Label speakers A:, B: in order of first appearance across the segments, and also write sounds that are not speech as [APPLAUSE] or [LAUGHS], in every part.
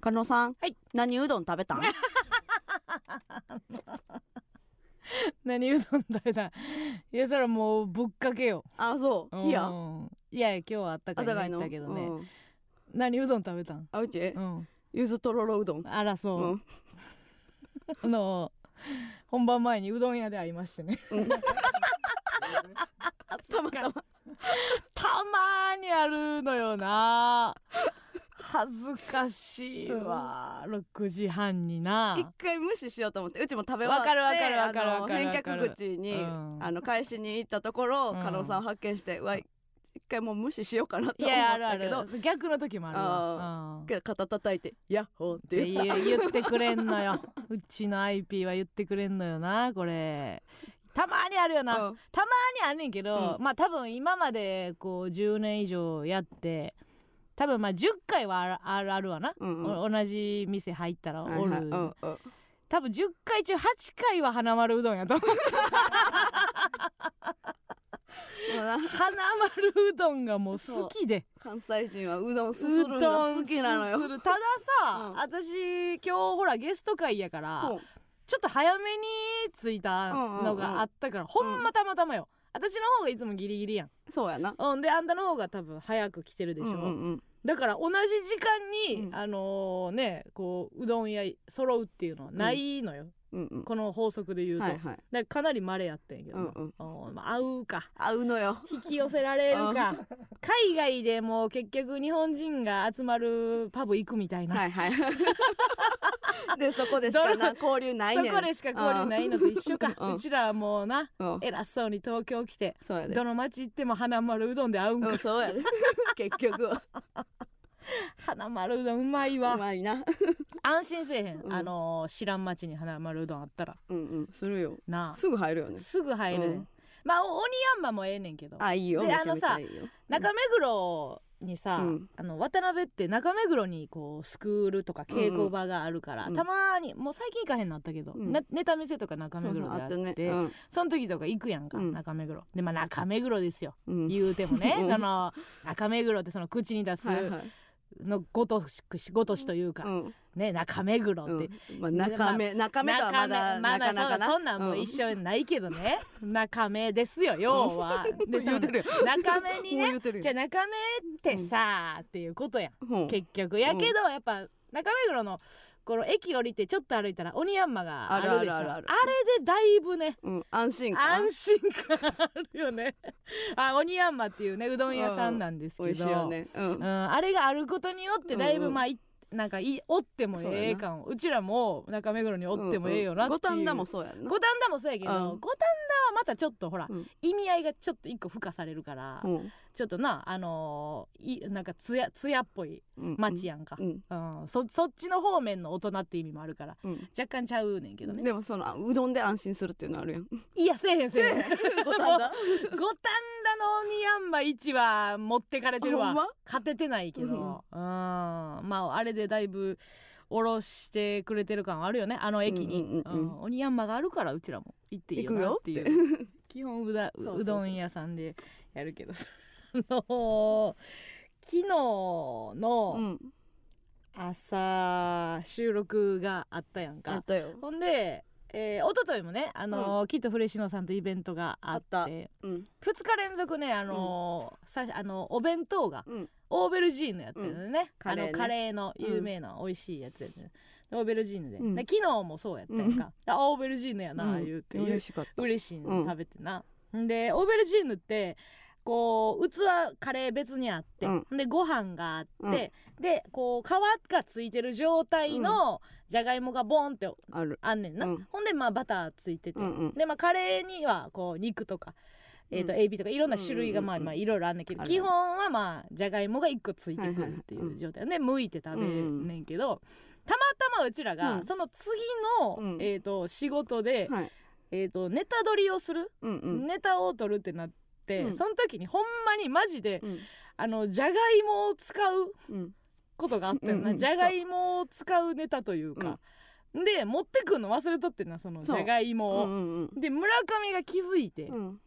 A: 加納さん、
B: はい
A: 何うどん食べ
B: [LAUGHS]
A: たん
B: [LAUGHS] 何うどん食べたいやそれはもうぶっかけよ
A: あそううんいや
B: いや今日はあったか
A: あ
B: い
A: た
B: の
A: かい
B: 行
A: の
B: ったけどね、
A: うん
B: 何うどん食べたん
A: あうち
B: うん
A: ゆずとろろうどん
B: あらそう、
A: うん
B: あの本番前にうどん屋で会いましてね
A: たま [LAUGHS] たま
B: [LAUGHS] たまーにあるのよな恥ずかしいわ、6時半にな
A: 一回無視しようと思ってうちも食べ終わって
B: わかるわかるわかる
A: あの
B: わかるわ
A: 返
B: かる
A: 却口に、
B: うん
A: あの返しに行ったところ
B: うん
A: 加納さんを発見して、うわ一回もう無視しようかなと
B: い
A: 思っ
B: やあるあ
A: たけ
B: る
A: ど
B: 逆の時もあるわ、うん、
A: けど肩叩いて「ヤッホー」っ
B: って
A: て言
B: 言
A: っ
B: う
A: た
B: 言ってくれんのようちの IP は言ってくれんのよなこれたまにあるよな、
A: うん
B: たまにあんねんけど、
A: う
B: まあ多分今までこう10年以上やって多分まあ10回はあるあるあるわな、
A: うんうん
B: お同じ店入ったらおる、
A: はいはいうんうん
B: 多分10回中8回は花丸うどんやと思う
A: もうな
B: 花丸うどんがもう好きで
A: 関西人はうどんすする
B: う
A: の
B: ど
A: が
B: ん
A: 好きなのよ
B: す。るたださ、
A: うん
B: 私今日ほらゲスト会やから、
A: うん
B: ちょっと早めに着いたのがあったから、
A: んうん
B: ほんまたまたまよ私の方がいつもギリギリやん
A: そうやな。
B: うんであんたの方が多分早く来てるでしょ、
A: うんうんうん
B: だから同じ時間に、
A: うん
B: あのねこううどん屋揃うっていうのはないのよ、
A: うんうん
B: この法則で言うと、
A: はいはい。
B: だからかなり稀やったんやけどな、
A: うん
B: うんまあ、合うか
A: 合うのよ。
B: 引き寄せられるか海外でもう結局日本人が集まるパブ行くみたいな、
A: はいはい。
B: [LAUGHS]
A: でそこでしかな交流ない
B: そ
A: ねん。
B: こでしか交流ないのと一緒か、
A: う
B: うんちらはもうな
A: うん。
B: 偉そうに東京来て
A: そうやで
B: ど。の町行っても花丸うどんで会うんか、
A: うんそうや
B: [LAUGHS]
A: で。結局は
B: 花丸うどんうまいうわ
A: まいな。
B: 安心せえへん、
A: うん
B: あのー知らん町に花丸うどんあったら
A: うんうんするよ。
B: な
A: すぐ入るよね
B: あ。すぐ入る、
A: うん
B: まあお鬼ヤンマもええねんけど
A: あいいよ。
B: で
A: めちゃめち
B: あの
A: ゃ
B: さ
A: いいよ。
B: 中目黒にさ、
A: うん
B: あの渡辺って中目黒にこうスクールとか稽古場があるから、
A: うんうん
B: たまーにもう最近行かへんなったけど、
A: うん
B: なネタ見せとか中
A: そ
B: 目
A: うそ
B: 黒
A: う
B: であ
A: あ
B: っ
A: ってたね。
B: そ
A: うん
B: の時とか行くやんか、
A: うん
B: 中目黒でまあ中目黒ですよ、
A: うん。
B: 言うてもね
A: うん
B: その中目黒ってその口に出す
A: はいはい。
B: のごとしごとしというか、
A: うん
B: ね中目黒って、
A: うん。まあ中目中目とはまだ
B: ま
A: な
B: あま
A: か
B: あ
A: なかな。
B: そうそんなんもう一緒ないけどね、中目ですよ要
A: [LAUGHS]
B: はで
A: うん。言うてるよ。
B: その中
A: も
B: 目に
A: う
B: ね
A: 言うてるよ
B: じゃあ中目ってさ、っていうことやん
A: うん
B: 結局やけど、やっぱ中目黒のこの駅降りてちょっと歩いたら鬼ヤンマがあるでしょ
A: あ
B: あ
A: るあるあるある
B: れでだいぶね
A: うん、安心感
B: 安心感あるよねあ鬼ヤンマっていうねうどん屋さんなんですけど、
A: 美味しいよね、うん
B: うん、あれがあることによってだいぶまあ、いなんかいおってもええかもうちらも中目黒におってもええよなっていう、
A: 五反田もそうやんな
B: 五反田もそうやけど、
A: うん
B: 五反田はまたちょっとほら、
A: うん
B: 意味合いがちょっと一個付加されるから、
A: うん
B: ちょっとなあのーいなんかつやつやっぽい
A: うん
B: 町やんか、
A: うんうん
B: うんそそっちの方面の大人って意味もあるから
A: うん
B: 若干ちゃうねんけどね
A: でもそのあうどんで安心するっていうのあるやん
B: いやせえへんせえへん五
A: [LAUGHS]
B: 反
A: 五反田
B: 田の鬼ヤンマ1は持ってかれてる
A: ほ
B: わ
A: んま
B: 勝ててないけど、
A: う
B: うんん、まああれでだいぶ下ろしてくれてる感はあるよねあの駅に、
A: うんうんうんうん
B: うん鬼ヤンマがあるからうちらも行っていいよなっていう [LAUGHS]
A: [LAUGHS]
B: 基本うだ
A: そ
B: う
A: うそうそう
B: うどん屋さんでやるけどさ [LAUGHS] あの昨日
A: う
B: の
A: ん
B: 朝収録があったやん
A: あっ
B: か、
A: たよ
B: ほんで、えー、一昨日もね、あのーきっとフレッシュノさんとイベントがあっ
A: あってうん
B: 2日連続ね、あのーさあのお弁当が
A: うん
B: オーベルジーヌやってるのね,、
A: カレーね
B: あのカレーの有名な美味しいやつやね、でオーベルジーヌで,で、
A: うん
B: 昨日もそうやったやんか、あオーベルジーヌやな、
A: うん
B: 言うて
A: 嬉しかった
B: 嬉しい
A: うん
B: の食べてな、でオーベルジーヌってこう器カレー別にあって、
A: う
B: でご飯があって、でこう皮がついてる状態のじゃがいもがボンって
A: ある
B: あんねんな、
A: うん
B: ほんでまあバターついてて、
A: うんうん
B: でまあカレーにはこう肉とか。えーと
A: うん
B: エビとかいろんな種類がまあ
A: うんうんうん
B: まあいろいろあんねんけど
A: あるある
B: 基本はまあじゃがいもが1個ついてくるって
A: はいはいはい
B: いううん状態で剥いて食べんねんけどたまたまうちら
A: う
B: が
A: ん
B: その次
A: うん
B: のえーと仕事で
A: はい
B: えー、とネタ撮りをする、
A: うんうん
B: ネタを撮るってなって、
A: うん
B: その時にほんまにマジで
A: うん
B: あのじゃがいもを使う
A: うん
B: ことがあったよ
A: うんう
B: な、
A: ん
B: じゃがいもを使うネタというか、で持ってくんの忘れとってんなそのじ
A: そう
B: ゃがいも
A: う
B: を。
A: ん
B: で村上が気づいて「
A: うん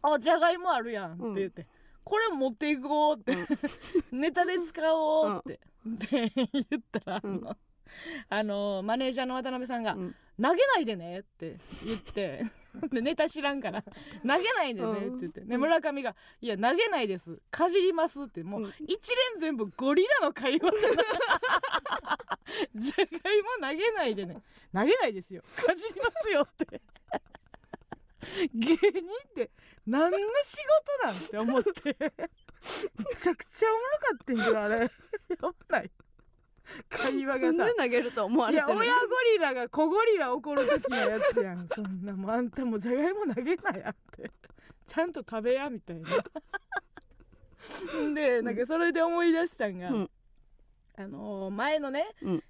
B: あじゃがい [LAUGHS] もあるやん」って言って「これ持っていこう」って、ネタで使おう」って、って言ったら、
A: うん
B: あのマネージャーの渡辺さんが
A: う
B: 「
A: ん
B: 投げないでね」って言って [LAUGHS] でネタ知らんから「投げないでね」って言って、で村上が「いや投げないですかじります」ってもう、
A: うん
B: 一連全部ゴリラの会話じゃないじゃがいも投げないでね投げないですよかじりますよって芸人って何の仕事なんって思ってめちゃくちゃおもろかってんけどあれやばない会話
A: なん
B: が
A: で
B: さ
A: 投げると思わ
B: い
A: れて
B: や
A: る
B: 親ゴリラが子ゴリラ怒る時のやつやんそ [LAUGHS] んなもうあんたもじゃがいも投げなやって [LAUGHS] ちゃんと食べやみたいなでなんかそれで思い出したんが、
A: うん
B: あのー前のね
A: うん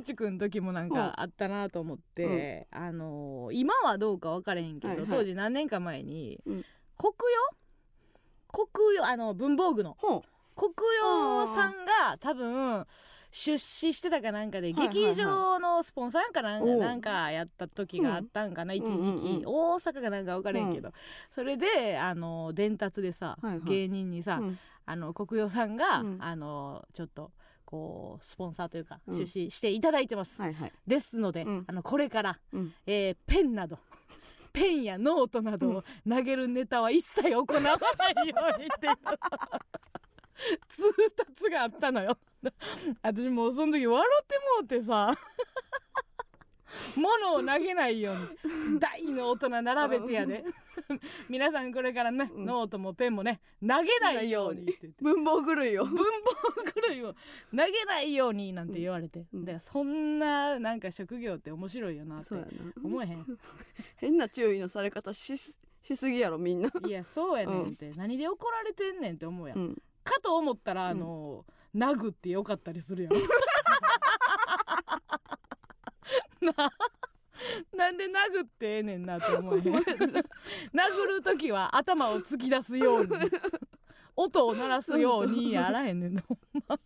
B: 松竹、の時もなんかあったなと思って、あのー今はどうか分からへんけど、
A: はいはい
B: 当時何年か前に、
A: うん
B: 国用国用あの文房具の
A: ほう
B: 国用さんが多分出資してたかなんか
A: は
B: で
A: いはいはい
B: 劇場のスポンサーかなんか
A: おう
B: なんかやった時があったんかな一時
A: うんうんうん
B: 期大阪かなんか分からへんけどそれであの伝達でさ
A: はいはい
B: 芸人にさ
A: うん
B: あの国用さんが
A: うん
B: あのちょっとこうスポンサーというか
A: うん
B: 出資していただいてます
A: はいはい
B: ですので
A: うん
B: あのこれから
A: うん
B: えーペンなど [LAUGHS] ペンやノートなどを投げるネタは一切行わないようにっていう [LAUGHS] 通達があったのよ [LAUGHS] 私もうその時笑ってもうてさ [LAUGHS] 物を投げないように大の大人並べてやで [LAUGHS] 皆さんこれからね、
A: うん
B: ノートもペンもね投げないようにって言って
A: 文房具類を
B: 文
A: [LAUGHS]
B: 房具類を投げないようになんて言われて、
A: うんうん
B: だからそんななんか職業って面白いよなって
A: そうやな
B: 思えへん
A: 変な注意のされ方ししすぎやろみんな、
B: いやそうやねんって、何で怒られてんねんって思うやん、
A: うん、
B: かと思ったらあの、殴ってよかったりす [LAUGHS] るやんななんで殴ってええねんなって思 [LAUGHS] うへん殴る時は頭を突き出すように音を鳴らすようにやあらへんねんなほんま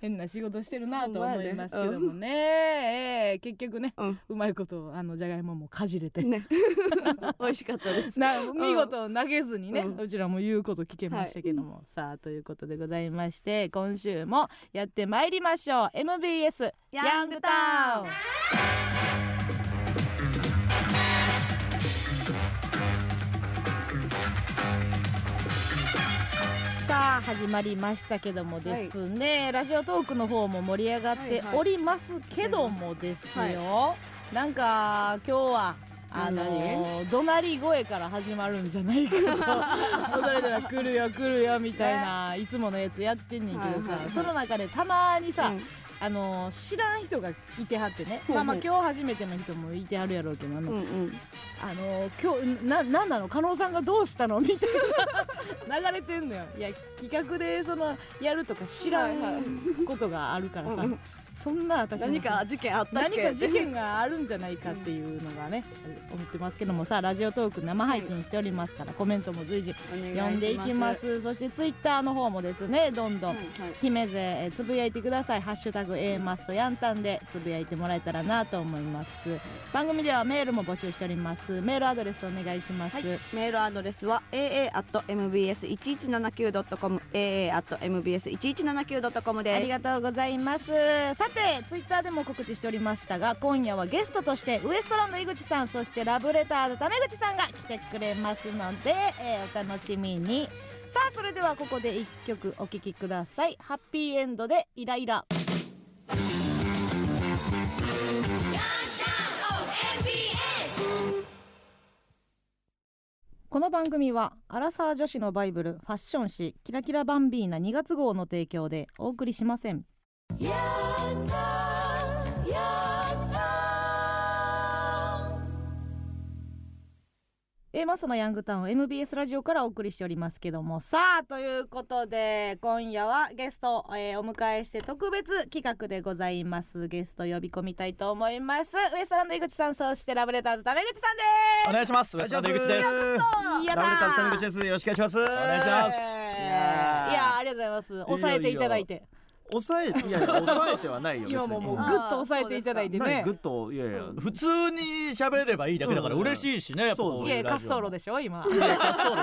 B: 変な仕事してるなと思いますけどもね、ええ結局ね
A: うん
B: うまいことあのじゃがいももかじれ
A: [LAUGHS]
B: て
A: ね美味しかったです [LAUGHS]
B: [LAUGHS] な見事投げずにね、
A: うん
B: うちらも言うこと聞けましたけども、さあということでございまして今週もやってまいりましょう MBS ヤングタウンさあ始まりましたけどもですね、ラジオトークの方も盛り上がっておりますけどもですよ、
A: はい
B: なんか今日はあの怒鳴り声から始まるんじゃないか
A: [LAUGHS]
B: とそれでは来るよ来るよみたいな、いつものやつやってんねんけどさ、
A: はいはいはい
B: その中でたまにさ、
A: うん
B: あの知らん人がいてはってね、
A: ほう
B: ま
A: ほ
B: あ
A: う
B: まあ今日初めての人もいてはるやろうけどあの、
A: うんうん
B: あの今日ななんなの加納さんがどうしたのみたい
A: [LAUGHS]
B: な流れてんのよいや企画でそのやるとか知ら
A: はいは
B: んことがあるからさ、
A: うんうん
B: そんな私も
A: 何か事件あったっ
B: 何
A: け
B: か事件があるんじゃないかっていうのがね思ってますけどもさラジオトーク生配信しておりますからコメントも随時読んでいきますそしてツイッターの方もですねどんど
A: は
B: ん、
A: いはい
B: 姫勢えーつぶやいてください「ハッシュタグ #A マストヤンタン」でつぶやいてもらえたらなと思います番組ではメールも募集しておりますメールアドレスお願いします、
A: はい、メールアドレスは aa.mbs1179.com aa.mbs1179.com
B: あ
A: で
B: り
A: す
B: がとうございますさてツイッターでも告知しておりましたが今夜はゲストとしてウエストランド井口さんそしてラブレターズタメ口さんが来てくれますので、えーお楽しみにさあそれではここで一曲お聴きくださいハッピーエンドでイライラ
C: MBS
B: この番組はアラサー女子のバイブルファッション誌「キラキラバンビーナ」2月号の提供でお送りしませんえマスのヤングタウン MBS ラジオからお送りしておりますけどもさあということで今夜はゲストを、えーお迎えして特別企画でございますゲスト呼び込みたいと思いますウエストランド井口さんそしてラブレターズタメ口さんです
D: お願いします。私の出口です。
B: やだ
D: ラブレターズタメ口です。よろしくお願いします。お願いしま
B: い
D: す。
B: やーありがとうございます抑えていただいて
D: 抑えていやいや抑えてはないよ
B: 今
D: 別
B: も
D: に
B: もう
D: う
B: グ
A: あ
D: ん
B: ッと押さえていただいて
D: 何
B: ね
D: グッといやいや
E: 普通に喋ればいいだけだから
D: うん
E: 嬉しいしね、やっぱこ
D: そう
B: い
E: い
D: う
B: や
E: う
B: 滑
E: ラジ
B: 走
E: オ
B: 路でしょ今
D: いやいや [LAUGHS] そうね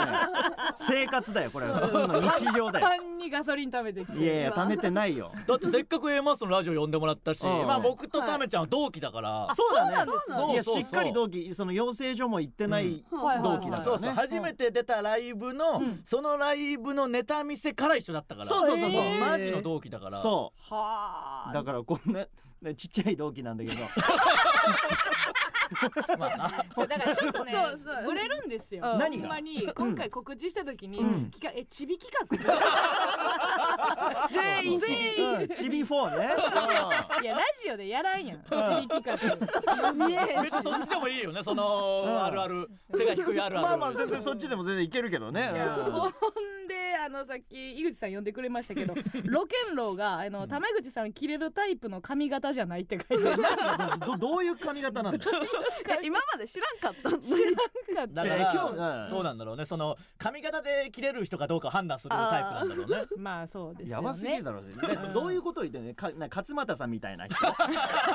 D: 生活だよこれは普通の日
B: [LAUGHS]
D: 常だよ
B: パンにガソリン貯めてき
D: いやい
B: て
D: や貯めてないよ
E: だってせっかく A マスのラジオ呼んでもらったし、
D: うん
E: まあ僕とタメちゃんは同期だから、
D: そうだね
E: そうなんです
D: いや
E: そうそう
D: しっかり同期その養成所も行ってない
B: はいはいは
D: 同
B: い
D: 期だか
E: そう
D: ら
E: そう、
D: ね
E: 初めて出たライブの、
B: うん
E: そのライブのネタ見せから一緒だったから
D: そうそうそうそう
E: えーマジの同期だから
D: そ
B: は
D: う
B: あ
D: だからこんなねちっちゃい同期なんだけど
E: まあな
B: そうだからちょっとね
A: そうそう
B: ぶれるんですよ。
A: うん
D: 何
B: ほ
D: が
B: んまに今回告知した時に、
D: うん
B: 企画えちび企画。全員ちび。
D: うんチビ4ね
B: いやラジオでやらんやん。ちび企画。
E: 別にそっちでもいいよねその、
D: うん
E: あるある背が低いあるある
D: まあまあ全然そっちでも全然いけるけどね
B: いや
D: うん
B: ほんであのさっき井口さん呼んでくれましたけど、ロケンローがあの玉口さん着れるタイプの髪型じゃないって書いてあ
D: [LAUGHS]
B: る。
D: どどういう髪型なんだよ
A: え今まで知らんかったんだ
B: 知らんかっ
E: だ
B: た。
E: から
D: じゃあ今日うん
E: そうなんだろうねその髪型で切れる人かどうか判断するタイプなんだろうね
B: [LAUGHS] まあそうですよね。
D: やばすぎるだろうし、ね、どういうこと言ってんのかな勝俣さんみたいな人 [LAUGHS]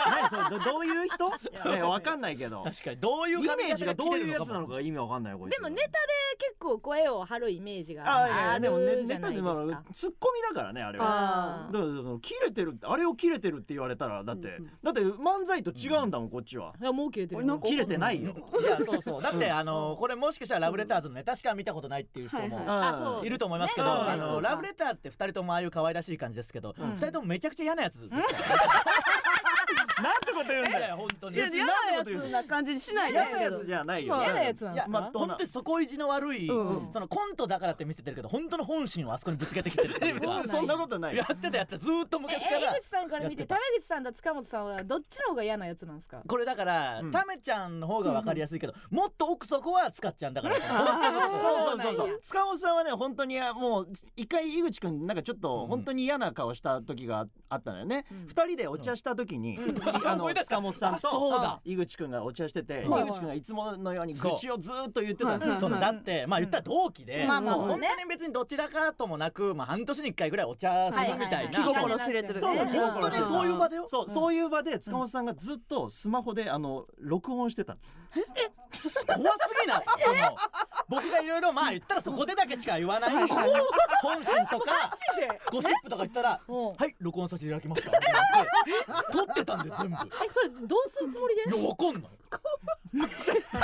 D: 何それどどういう人ねわかんないけど
E: 確かにどうい
D: イ
E: う
D: メ
E: 髪
D: ージ
E: 型
D: が
E: が切
D: どう
E: れ
D: いう
E: る
D: や
E: の
D: つ
E: か
D: なの
E: も
D: か意味わかんないよこいつ
B: でもネタで結構声を張るイメージ
D: あいやい
B: があ
D: やでもね
B: るじ
D: ネ
B: ゃな
D: タ
B: い
D: で
B: です
D: まあ
B: か。
D: ツッコミだからねあれは。
B: あ
A: あ
B: ー
D: だからその切れてるってあれを切れてるって言われたらだって、
A: うん
D: だって漫才と違うんだもん、こっちはい
B: やもう切れてる。
A: なんか
D: 切れてないよ、
E: いやそうそうだってあのこれもしかしたらラブレターズのネタしか見たことないっていう人
A: はい
E: も
A: はい
B: あそう
E: いると思いますけど、
D: そうです
E: あ
D: ね
E: のラブレターズって二人ともああいう可愛らしい感じですけど、二
B: ん
E: 人ともめちゃくちゃ嫌なやつですから
D: なんてこと言うん
E: ね。いや
D: [LAUGHS] だ
E: い
D: よ
E: や本当に。
A: いや
E: い
A: 嫌なやつな感じにしないで
D: 嫌
A: す
D: な
A: け
D: や
A: ど
D: つじゃないよ
B: 嫌なやつなんです
E: や
B: か。
D: まあどうな
E: 本当に底意地の悪い、
A: うん
E: そのコントだからって見せてるけど本当の本心をあそこにぶつけてきてるっていう
D: 別
E: か
D: にそんなことない
E: や
D: よ
E: ってたやってたずーっと
B: え
E: 昔か
B: 江
E: ら
B: 口さんから見て田口さんと塚本さんはどっちの方が嫌なやつなんですか
E: これだから、
D: うん
E: タメちゃんの方が分かりやすいけど、もっと奥底は使っちゃんだ
D: [LAUGHS]
E: から
D: そうそうそうそ
B: そうなんや
D: う塚本さんはね本当にあもう一回井口くんなんかちょっ
E: う
D: と
E: ん
D: 本当に嫌な顔した時があったのよね
B: うん
D: 二、人でお茶した時に、 [LAUGHS] あの
E: 思い出した
D: 塚本さん
E: あそう
D: と
E: だ
D: 井口くんがお茶してて、
E: はい
D: 井口くんがいつものように愚痴をずーっと言ってたの
A: そうはい
E: [LAUGHS] その
B: うん
E: だってまあ言ったら同期で、
B: うんまあまあ
E: も
A: ま
E: う
A: あ
E: 本
A: ね
E: 当に別にどちらかともなく、まあ、半年に1回ぐらいお茶するみたい
A: は
E: な、
A: いはいはい気心知れてるね
D: そうそう気心
E: 本当にそういう場だよ、
D: そう、そういう場で塚本さんがずっとスマホであの録音してたの
E: 怖すぎないその僕がいろいろまあ言ったらそこでだけしか言わない本心とかゴシップとか言ったら「
B: うん
E: はい録音させていただきました」って言って撮ってたんで全部。
B: えそれどうするつもりで
E: いや、わかんない。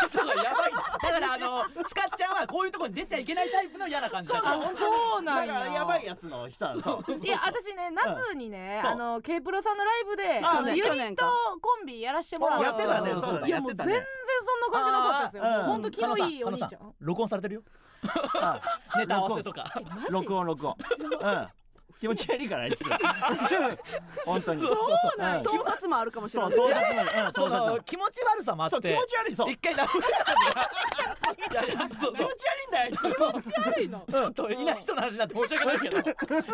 E: そうやばいな。だから、あの、使っちゃんはこういうところに出ちゃいけないタイプの嫌な感じだから。
B: あそうな
D: だ
B: ん
D: から
B: や
D: やばいやつの人なのそう [LAUGHS]
B: いや私ね夏にね
D: そう
B: あの K プロさんのライブで
D: あ
B: あのユニ
A: 去
B: ッ
A: 年
B: ト
A: か
B: コンビやらしてもら
D: やってたね
B: んですよ
D: そうだ
B: いやもう
D: や
B: 全
D: ってたね
B: 然そんな感じなかったですよ
D: あー
B: 本当気のいいお兄
E: 佐野さん
B: ちゃん
E: 録音されてるよ。
D: あ
E: ネタ合わせとか。
D: 録音録音うん気持ち悪いからあ [LAUGHS] いつ本当にそうなん
A: 盗撮もあるかもしれ
D: [LAUGHS] そ
A: な
D: う
A: い
D: 盗撮もうん
E: そ
D: 盗撮も
E: の気持ち悪さもあっ
D: そう気
E: て
D: 持。ち悪いそう
E: 一回ラブレターズがいやいやそうそう
D: 気持ち悪いんだよ
B: 気持ち悪いの
E: [LAUGHS] ちょっといない人の話になって申し訳ないけど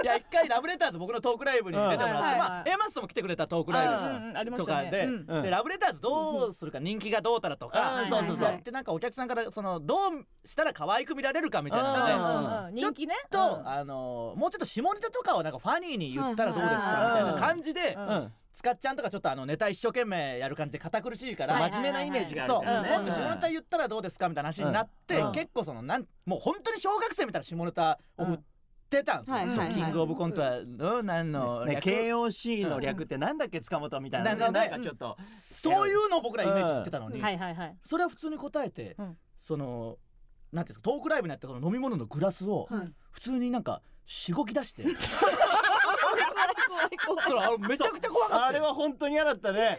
E: いや一回ラブレターズ僕のトークライブに出てもらって、
D: うん
B: はいはい
E: まあ A マッソも来てくれたトークライブ
D: うん
B: うんありまし
E: と
B: た
E: か
B: ね
E: で,、
B: うん
D: うん
E: でラブレターズどうするか人気がどうたらとか、
D: うん
B: そうそうそう
E: やってなんかお客さんからそのどうしたら可愛く見られるかみたいなので、
D: う
B: う
D: ん
B: んうん人気ね
E: と、あのもうちょっと下ネタとかをなんかファニーに言ったらどうですか
D: うん
E: みたいな感じで、
B: うん
D: うん
E: つかっちゃんとかちょっとあのネタ一生懸命やる感じで堅苦しいから、
B: はいはい
D: 真面目なイメージがある
E: そう、
D: からね
E: もっと下ネタ言ったらどうですかみたいな話になって、
D: うん
E: 結構そのなんもう本当に小学生みたいな下ネタを振ってたんですよ、
A: うんはい
B: はいはい
E: キングオブコントは、うん、なんの
D: ね
E: 略
D: KOC の略ってなんだっけ塚本みたいな
E: な
D: なんん
E: かね
D: かちょっと
E: そういうのを僕らイメージ振ってたのに、
B: はいはいはい
E: それは普通に答えて、
B: うん
E: そのなんていうんですかトークライブになってその飲み物のグラスを
B: はい
E: 普通になんかしごき出して、それあれめちゃくちゃ怖か
D: あ
E: った
D: れ
E: よ
D: は本当に嫌だったね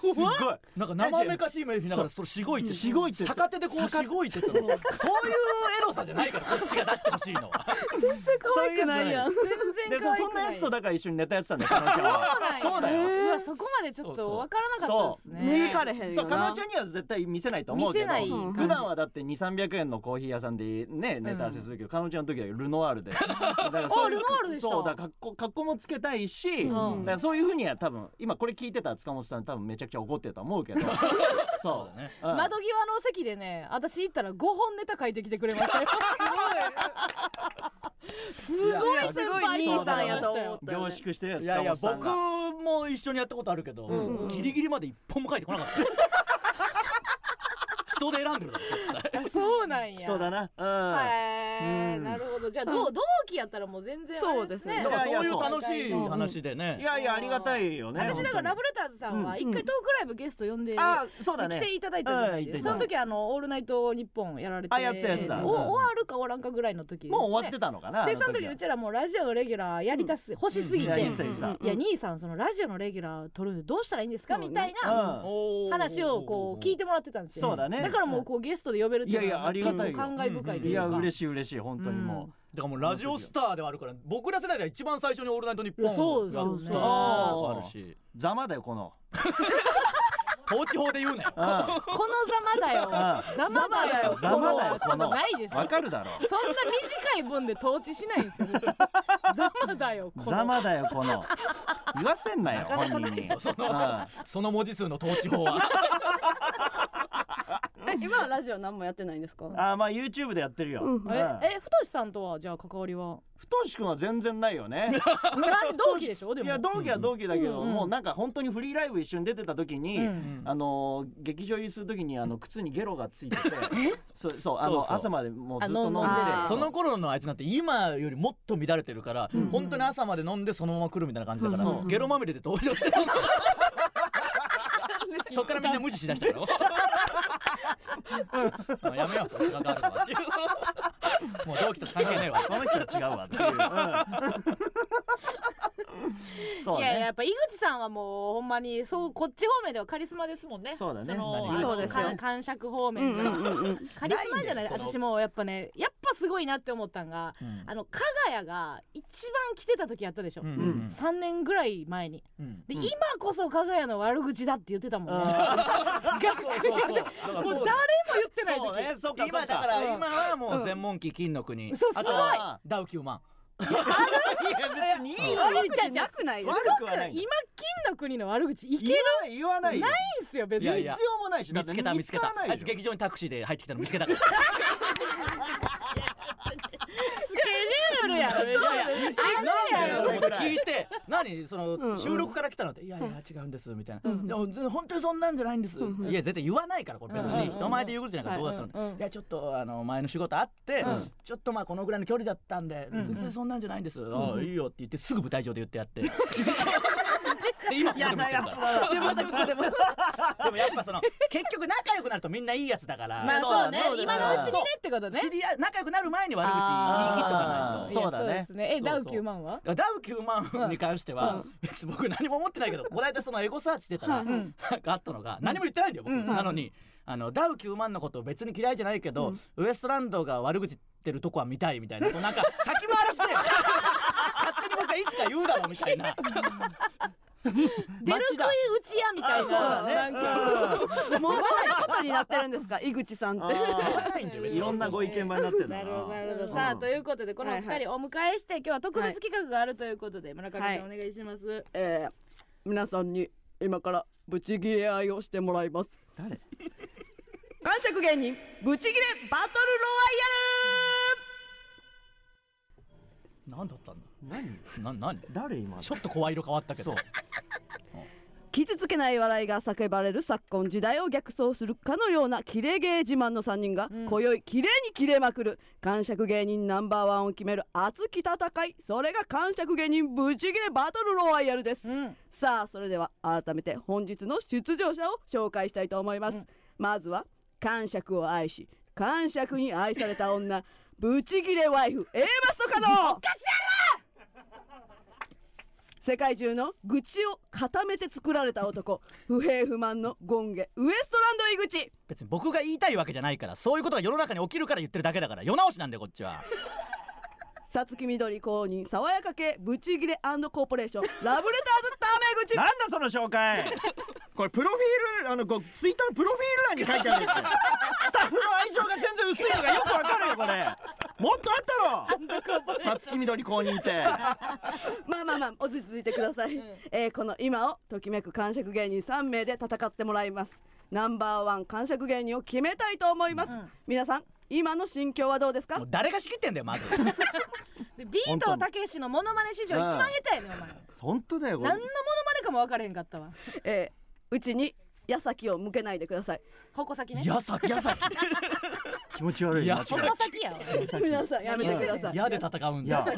D: すっごい
E: なんか生めかしい目見ながらそれしごいて
D: しごいて
E: 逆手でこうしごいてそのそういうエロさじゃないからこっちが出してほしいのは
D: 可愛くないやん
B: 全
D: で
B: 然可愛くな
D: そ
B: い
D: そんなやつとだから一緒にネタやってたんだよ彼女はそうだよ
B: うわそこまでちょっと分からなかったですね
A: 見抜かれへん
D: そう
A: よ
D: 彼
A: な
D: 女には絶対見せないと思うけど
B: 見せない
A: 感じ
D: 普段はだって2 3 0 0円のコーヒー屋さんでねネタ合わせするけど、彼女の時はルノワー
B: [LAUGHS]
D: ルでだからそういう
B: ルノワールでした
D: そうだから格好格好もつけたいし、
B: うん
D: だからそういうふうには多分今これ聞いてたら塚本さん多分めちゃくちゃ怒ってると思う
B: [LAUGHS]
D: けど
E: そ
D: そう
E: だね
D: う、うん
B: 窓際の席でね私行ったら5本ネタ書いてきてくれましたよ
A: すごい
F: すごい兄さんやと思ったよ
D: 凝
F: ね
D: 縮してるやつ
E: いやいや
D: 塚本
E: 僕
D: さんが
E: も一緒にやったことあるけど、
A: んうん
E: ギリギリまで一本も書いてこなかった人で選んでるだろ絶対
A: あそうなんや
D: 人だなうん、
B: へ
D: う
B: え
D: ん
B: なるほどじゃあ同同期やったらもう全然あれですね
D: そ
E: だ
D: うですよね
E: から
D: いや
E: そう
D: い
E: い
D: や
E: う
D: そう
E: 楽しい話でね
D: いやいやありがたいよね
B: 私だからラブ
D: レ
B: レターズさんは一回トークライブゲスト呼んで
D: あーそうだ
B: 来て
D: ね
B: いただいたじゃないですか
D: う
B: そ
D: ん
B: の時あの「オールナイトニッポン」やられて
D: あやってたやってた
B: お終わるか終わらんかぐらいの時ですね
D: もう終わってたのかな
B: でその時
D: は
B: うちらもうラジオのレギュラーやりたす欲しすぎて
D: いやいい
B: い
D: さいいさ
B: や兄さんそのラジオのレギュラー取るのどうしたらいいんですかみたいな
D: うん
B: 話をこう聞いてもらってたんですよ
D: そうだね
B: からもうこうゲストで呼べるっていうの
D: いやいやあ
B: は
D: り
B: 結
D: がたい
B: 構
D: よ
B: 感慨深いと
D: い
B: いう
D: や
B: か
D: 嬉しい嬉しい本当にも
E: だからもうラジオスターではあるから僕ら世代では一番最初に「オールナイトニッポン」
B: そうです
E: や
B: よ
E: っ
B: ね
E: たのもあるし
D: うざまだよこの
E: 統治法で言うなよ
D: うんざ
B: このざまだよ
D: う
B: ざまだよ
D: まだよこの
B: ないですよ
D: わかるだろ
B: そんな短い分で統治しないんです
D: [LAUGHS]
B: よざまだよ [LAUGHS] この
D: ざまだよこの言わせんなよ本人に
E: そ
D: うん
E: のその文字数の統治法は
F: え今はラジオ何もやってないんですか
D: あーまあ YouTube でやってるよ、うん、
B: ええ太さんとはじゃあ関わりは
D: 太しくんは全然ないよね
B: 同期でしょで
D: い
B: も
D: や同期は同期だけど、
B: うんうん
D: もうなんか本当にフリーライブ一緒に出てた時に、
B: うん
D: あのー劇場入りする時にあの靴にゲロがついててそうそうあ
E: そう
D: の
E: そう
D: 朝までもうずっ
B: あ
D: と飲んでて
F: あ
E: その頃のあいつなんて今よりもっと乱れてるから、本当に朝まで飲んでそのまま来るみたいな感じだから、
D: そう
E: ゲロまみれで登場してた [LAUGHS] そっからみんな無視しだしたよ [LAUGHS] まあやめよう時間があるわっていうもう同期と関係ねえわ
D: この人は違うわっていう、
B: [LAUGHS]
D: うんそう
B: いやいやや
D: ね
B: っぱ井口さんはもうほんまにそうこっち方面ではカリスマですもんね
D: そうだね
B: の
D: 何
F: そうですよ
B: か感触方
F: うん
B: 面
F: う
B: で
F: ん
B: は
F: うんうん
B: カリスマじゃない
E: ないんだよそ
B: 私
E: の
B: もやっぱねやっぱすごいなって思ったんが、
E: うん
B: あの加賀谷が一番来てた時やったでしょ、
E: うん
D: ん
B: 3年ぐらい前に
E: うん
B: で、今こそ加賀谷の悪口だって言ってたもんね、 [LAUGHS] 楽
D: そう
B: 屋でも
D: そうそうだから
B: う
D: そ
B: 誰も
D: う
B: 言ってない
D: そう
B: 時、
D: ねそうかそう
E: 今だから
D: い
E: 今はもう全問記金の国、
B: そう
E: あと
B: すごい
E: はダウ9万
D: や別にいいよ
B: 悪
F: 悪
B: 口
F: 口
B: じゃ
F: な
B: な
F: くないです
D: 悪
F: か
D: くはない
B: 今金の国の悪口いけ
D: 言
B: る
D: わない言わないよ
B: んすよ別に
E: いやい
D: 必
E: や
D: 要もないしだ
E: 見
D: って
E: つけた見つけた
D: 見つからない
E: あ
D: よ
E: いつ劇場にタクシーで入ってきたの見つけたから
B: スケジュールやろ別に
D: なんでよそれぐら
E: 聞
D: い
E: いて何その収録から来たのって「いやいや違うんです」みたいな「でも全然本当にそんなんじゃないんです」いや絶対言わないからこれ別
B: うんうんうん
E: に人前で言うことじゃないからどうだった
B: うんう
E: の
B: ん
E: いやちょっとあの前の仕事あってちょっとまあこのぐらいの距離だったんで全然そんなんじゃないんですああいいよって言ってすぐ舞台上で言ってやってで今ここで
D: 嫌
E: も言
D: な
E: って
D: や
E: る
D: つ
E: か
D: だな
F: でまたここでも
E: ら [LAUGHS] でもやっぱその結局仲良くなるとみんないいやつだから
B: [LAUGHS] まあそうね
D: そうです
B: 今のうちにねってことね
E: 知り合い仲良くなる前に悪口言い切っとかない
D: あー
E: と
D: そうだね
B: いやですねえ
E: そう
B: ダ
E: そう
B: ウ9万は
E: だからダウ9万に関しては、別に僕何も思ってないけど、この間そのエゴサーチしてたら、なんかあったのが、何も言ってないんだよ、僕。なのに、あの、ダウ9万のこと別に嫌いじゃないけど、ウエストランドが悪口言ってるとこは見たいみたいな、こうなんか先回りして、勝手に僕がいつか言うだろうみたいな。 [LAUGHS]
B: 出る杭
E: だ
B: 打ちやみたいななんか
F: もうそんなことになってるんですか井口さ
A: [LAUGHS]
F: んって
E: 言
D: あ
E: わないんだよ、
D: ー
E: 別
D: い
E: に
D: ろんなご意見番になってる
B: なるほどな
D: な
B: るほど
F: うん
B: さあということでこのお二
F: はい
B: 人お迎えして今日は特別企画があるということで村上さんお
F: は
B: 願いします
F: えー皆さんに今からブチギレ合いをしてもらいます
D: 誰
F: 感触芸人ブチギレバトル
E: 何だったんだ何な、何
D: 誰今
E: ちょっと声色変わったけど。
F: ロワイヤル傷つけない笑いが叫ばれる昨今時代を逆走するかのようなキレ芸自慢の3人が、今宵キレにキレまくる感触芸人ナンバーワンを決める熱き戦いそれが感触芸人ブチギレバトルロワイヤルです、
B: ん
F: さあそれでは改めて本日の出場者を紹介したいと思います、まずは感触を愛し感触に愛された女 [LAUGHS] ブチギレワイフ A マストかの世界中の愚痴を固めて作られた男不平不満のゴンゲウエストランド井口
E: 別に僕が言いたいわけじゃないから、そういうことが世の中に起きるから言ってるだけだから、世直しなんだよ、こっちは。
F: さつきみどり公認爽やか系ブチギレコーポレーションラブレターズタ
D: な
F: メ
D: んだその紹介 [LAUGHS] これプロフィールあのこうツイッターのプロフィール欄に書いてあるや [LAUGHS] つスタッフの愛情が全然薄いのがよくわかるよこれもっとあったろさつきみどり公認って
F: 口まあまあまあ落ち着いてください、えーこの今をときめく感触芸人3名で戦ってもらいますナンバーワン感触芸人を決めたいと思います、皆さん今の心境はどうです
E: [LAUGHS]
F: か
E: もう誰が仕切ってんだよまず
B: でビートたけしのモノマネ史上一番下手やねんお前
D: 本当だよこれ
B: 何のモノマネかも分からへんかったわ
F: えーうちに矢先を向けないでください
B: 矛先ね
E: 矢先矢先
D: 気持ち悪い
E: いや
D: 間違
E: そ
D: い
E: れ
B: 矛先やわ
F: 皆さんやめてください
E: 矢で戦うん
D: 矢
E: だ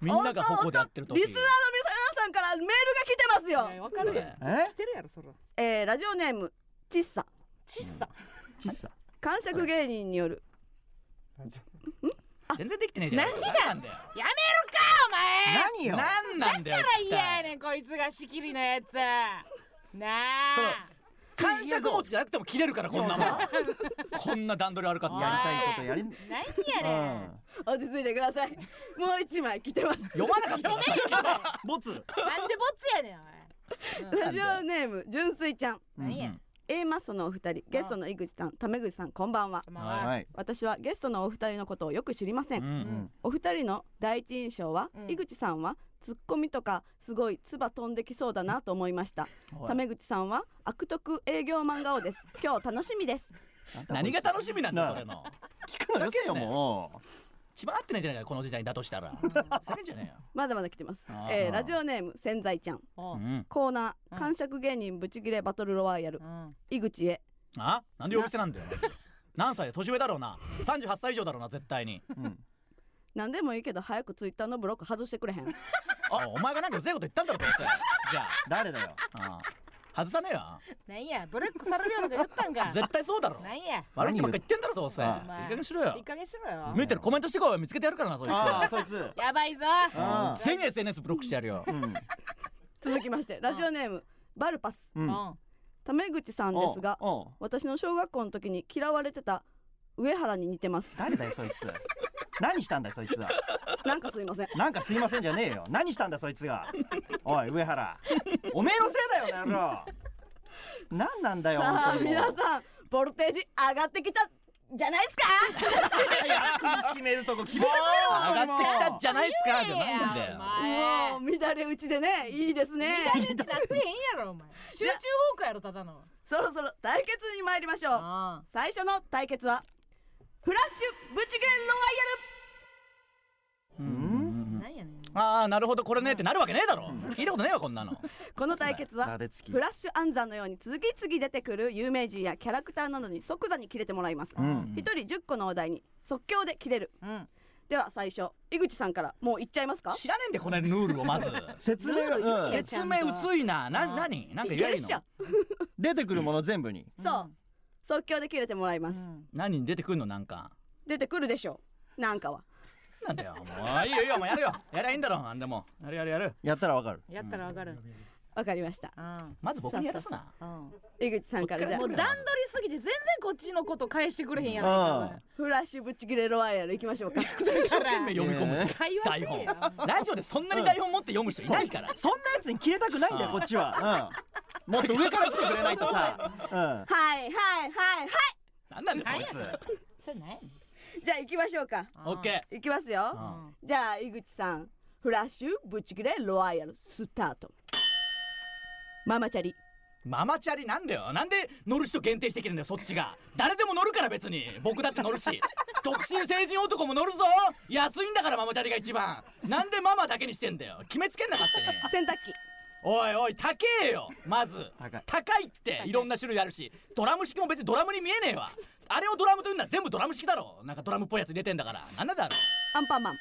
E: みんながここでやってると
F: リスナーの皆さんからメールが来てますよ
B: 分かるやん
D: え
B: してるやろそら
F: えーラジオネームちっさ
B: ちっさ
D: ちっさ
F: 感触芸人による
E: 全然できてねえじゃん
B: 何が
E: なんだよ
B: やめるかお前
D: 何よ
E: なんなんだよ
B: いややねんこいつが仕切りのやつな
E: その
B: あ
E: 感触持ちじゃなくても切れるからこんなもんこんな段取り悪かった
D: や
E: ら
D: りたいことやり
B: なん
D: う
B: やねん
D: ん
F: 落ち着いてくださいもう一枚来てます
E: 読まなかったから
D: ボツ
B: なんでボツやねんおい
F: ラジオネーム純粋ちゃん
B: 何や
E: うん
F: A マッソのお二人ゲストの井口さんタメ口さんこんばんは
B: こんばんは
D: はい
F: 私はゲストのお二人のことをよく知りません、
D: うん
F: お二人の第一印象は、
B: うん
F: 井口さんはツッコミとかすごい唾飛んできそうだなと思いました
E: おい
F: タメ口さんは悪徳営業マン顔です今日楽しみです
E: 何が楽しみなんだよそれ
D: な
E: の
D: 聞くのよせ
E: ふざけ
D: よ
E: んなよ
D: も
E: 一番合ってないじゃないかこの時代にだとしたら下げんじゃね
F: まだまだ来てます
E: あ、ー
F: えーラジオネーム千在ちゃん
E: え
B: お
E: よ
B: う
E: うん
F: コーナ
B: う
F: ー
B: ん
F: 感触芸人ブチギレバトルロワイヤル
B: うん
F: 井口へ
E: あなんで呼び捨てなんだよ何歳年上だろうな38歳以上だろうな絶対に
D: ううん
F: 何でもいいけど早くツイッターのブロック外してくれへん
E: あお前がなんかうぜえこと言ったんだろどうせじゃ
D: 誰だよ
E: ああ外さねえよ
B: なんやブロックされるようなこと言ったんか
E: 絶対そうだろ
B: なんや
E: 悪口ばっか言ってんだろどうせいい
D: あ
E: 加減にしろよ
B: いい加減しろよ
E: 見てるコメントしてこい見つけてやるからなそい
D: ああそいつ
B: やばいぞ
D: あ
E: つ全 SNS ブロックしてやるよ
D: うん
F: 続きましてラジオネームバルパス
D: う
B: うんん
F: タメ口さんですが
D: おうおう
F: 私の小学校の時に嫌われてた上原に似てます
D: 誰だよそいつ何したんだよそいつは
F: なんかすいません
D: なんかすいませんじゃねえよ何したんだそいつがおい上原おめえのせいだよな野郎何なんだよ
F: さあ
D: 本当に
F: 皆
D: もう
F: さんボルテージ上がってきたじゃないですか
D: 決めるとこ決めた
E: 上がってきたじゃないっすかじゃないんだよ
B: お前
F: もう乱れ打ちでねいいですね
B: 言ってなってへんやろお前集中放火やろただの
F: そろそろ対決に参りましょう
B: あ
F: 最初の対決はフラッシュブチギレロワイヤ
D: う
F: ル
D: ん
B: あなんやねん
E: ああなるほどこれねってなるわけねえだろ聞いたことねえわこんなの
F: この対決は
D: なでつき
F: フラッシュ暗算のように次々出てくる有名人やキャラクターなどに即座に切れてもらいます
D: うん
F: 一、人10個のお題に即興で切れる
B: うん
F: では最初井口さんからもういっちゃいますか
E: 知らねえんだよこのルールをまず
D: 説明がうん
B: ル
E: 説明薄いなな何なんか
F: い
E: 言
F: け
E: えばい
F: るっ
E: い
F: しょ
E: の
D: 出てくるもの全部に
F: そう即興で切れてもらいます、
B: うん
E: 何に出てくんのなんか
F: 出てくるでしょうなんかは
E: なんだよもういいよいいよもうやるよやりゃいいんだろなんでもやるやるやる
D: やったらわかる
B: やったらわかる
F: わかりました
B: うん
E: まず僕にやらすな
B: うん
F: 井口さんからじゃあ
B: もう段取りすぎて全然こっちのこと返してくれへんやろ
F: フラッシュブチギレロワイヤルいきまし
D: [LAUGHS]
F: ょうか
B: 一
E: 一生懸命読み込む
B: 会話せ
E: 台
B: え
E: 本
B: や
E: ラジオでそんなに台本持って読む人いないから
D: そんなやつに切れたくないんだよ
E: あ
D: こっちはうんもっと上から来てくれないとさうん
F: はいはいはいは
E: なんなんだよこいつ
B: それなんやねん
F: いじゃあ行きましょうか
E: オッケ
F: 行きますよ、
E: ーうん
F: じゃあ井口さんフラッシュブチギレロワイヤルスタートママチャリ
E: ママチャリなんだよなんで乗る人限定してきてんだよそっちが誰でも乗るから別に僕だって乗る
F: [LAUGHS]
E: し独身成人男も乗るぞ安いんだからママチャリが一番なんでママだけにしてんだよ決めつけんなかったね
F: 洗濯機
E: おいおい高えよまず
D: 高い
E: っていろんな種類あるしドラム式も別にドラムに見えねえわあれをドラムと言うなら全部ドラム式だろなんかドラムっぽいやつ入れてんだからなんなんだろ
F: アンパンマン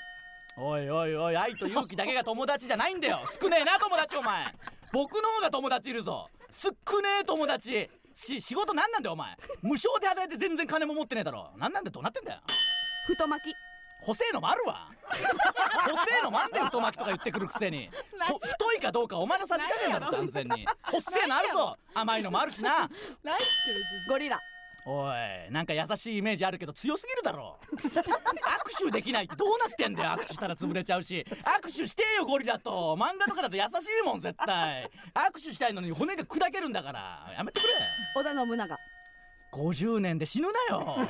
E: おいおいおい愛と勇気だけが [LAUGHS] 友達じゃないんだよ少ねえな友達お前僕の方が友達いるぞ少ねえ友達し仕事なんなんだよお前無償で働いて全然金も持ってねえだろなんなんでどうなってんだよ
F: 太巻き
E: 細えのもある [LAUGHS] わ細えのもあんで太巻きとか言ってくるくせにほ太いかどうかお前のさじ加減だろ完全に細えのあるぞ甘いのもあるしな
B: ないって
F: ゴリラ
E: おいなんか優しいイメージあるけど強すぎるだろ握手できないってどうなってんだよ握手したら潰れちゃうし握手してよゴリラと漫画とかだと優しいもん絶対握手したいのに骨が砕けるんだからやめてくれ
F: 織田信長
E: 50年で死ぬ
B: [LAUGHS]
E: なよ頑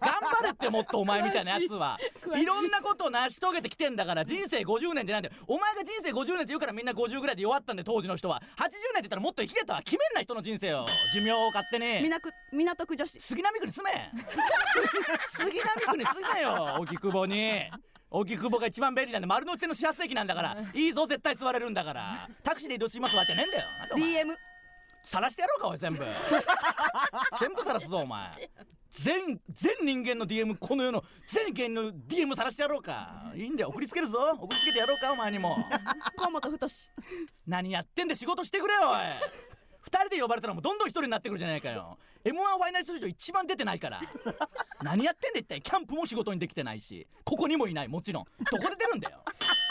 E: 張れってもっとお前みたいなやつは
B: 詳しい
E: いろんなことを成し遂げてきてんだから人生50年じゃないんだよお前が人生50年って言うからみんな50ぐらいで弱ったんで当時の人は80年って言ったらもっと生きてたわ決めんな人の人生を寿命を勝手に
F: みなく港区女子
E: 杉並区に住
B: [LAUGHS]
E: め杉並区に住めよ荻窪に荻窪が一番便利なんで丸の内線の始発駅なんだからいいぞ絶対座れるんだからタクシーで移動しますわじゃねえんだよなんだお前
F: DM
E: 晒してやろうかおい全部全部晒すぞお前全全人間の DM この世の全芸人の DM 晒してやろうかいいんだよ送りつけるぞ送りつけてやろうかお前にも
F: 河本太志
E: 何やってんで仕事してくれよおい二人で呼ばれたらもうどんどん一人になってくるじゃないかよ m 1ファイナリスト史上一番出てないから何やってんだ一体キャンプも仕事にできてないしここにもいないもちろんどこで出るんだよ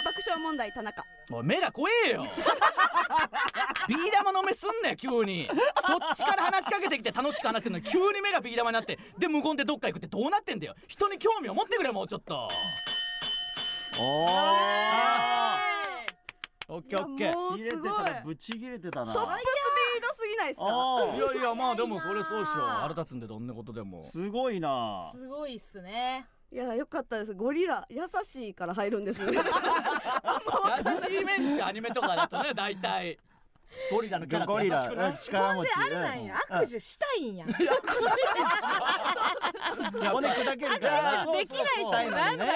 F: 爆笑問題田中
E: おい目が怖えよ [LAUGHS] ビー玉の目すんなよ急にそっちから話しかけてきて楽しく話してんのに急に目がビー玉になってで無言でどっか行くってどうなってんだよ人に興味を持ってくれもうちょっと
D: お
E: オッケ
F: い
E: ーオッケ
F: や
E: ー
F: もう
D: 切れ
F: す
D: て
F: ごい
D: たらぶち切れてたな
F: トップスピードすぎないですか
D: あ
E: いやいやまあでもそれそうっしょ腹立つんでどんなことでも
D: ーすごいな
B: すごいっすね。
F: いやよかったですゴリラ優しいから入るんですね
E: 優しいイメージっしょアニメとかだとね大体ゴリラのキャラって
D: ゴ
E: 優
D: リ
E: しくな
D: ラ
E: い
D: 力
B: ほん
D: 持
B: で
D: ち
B: あれなんや握手したいんや。で
D: うんいや骨砕けるか
E: や
D: ら
E: そう
D: な
E: そう
B: きない人なんだよ。
D: したいのにね
E: ターちゃんとかあ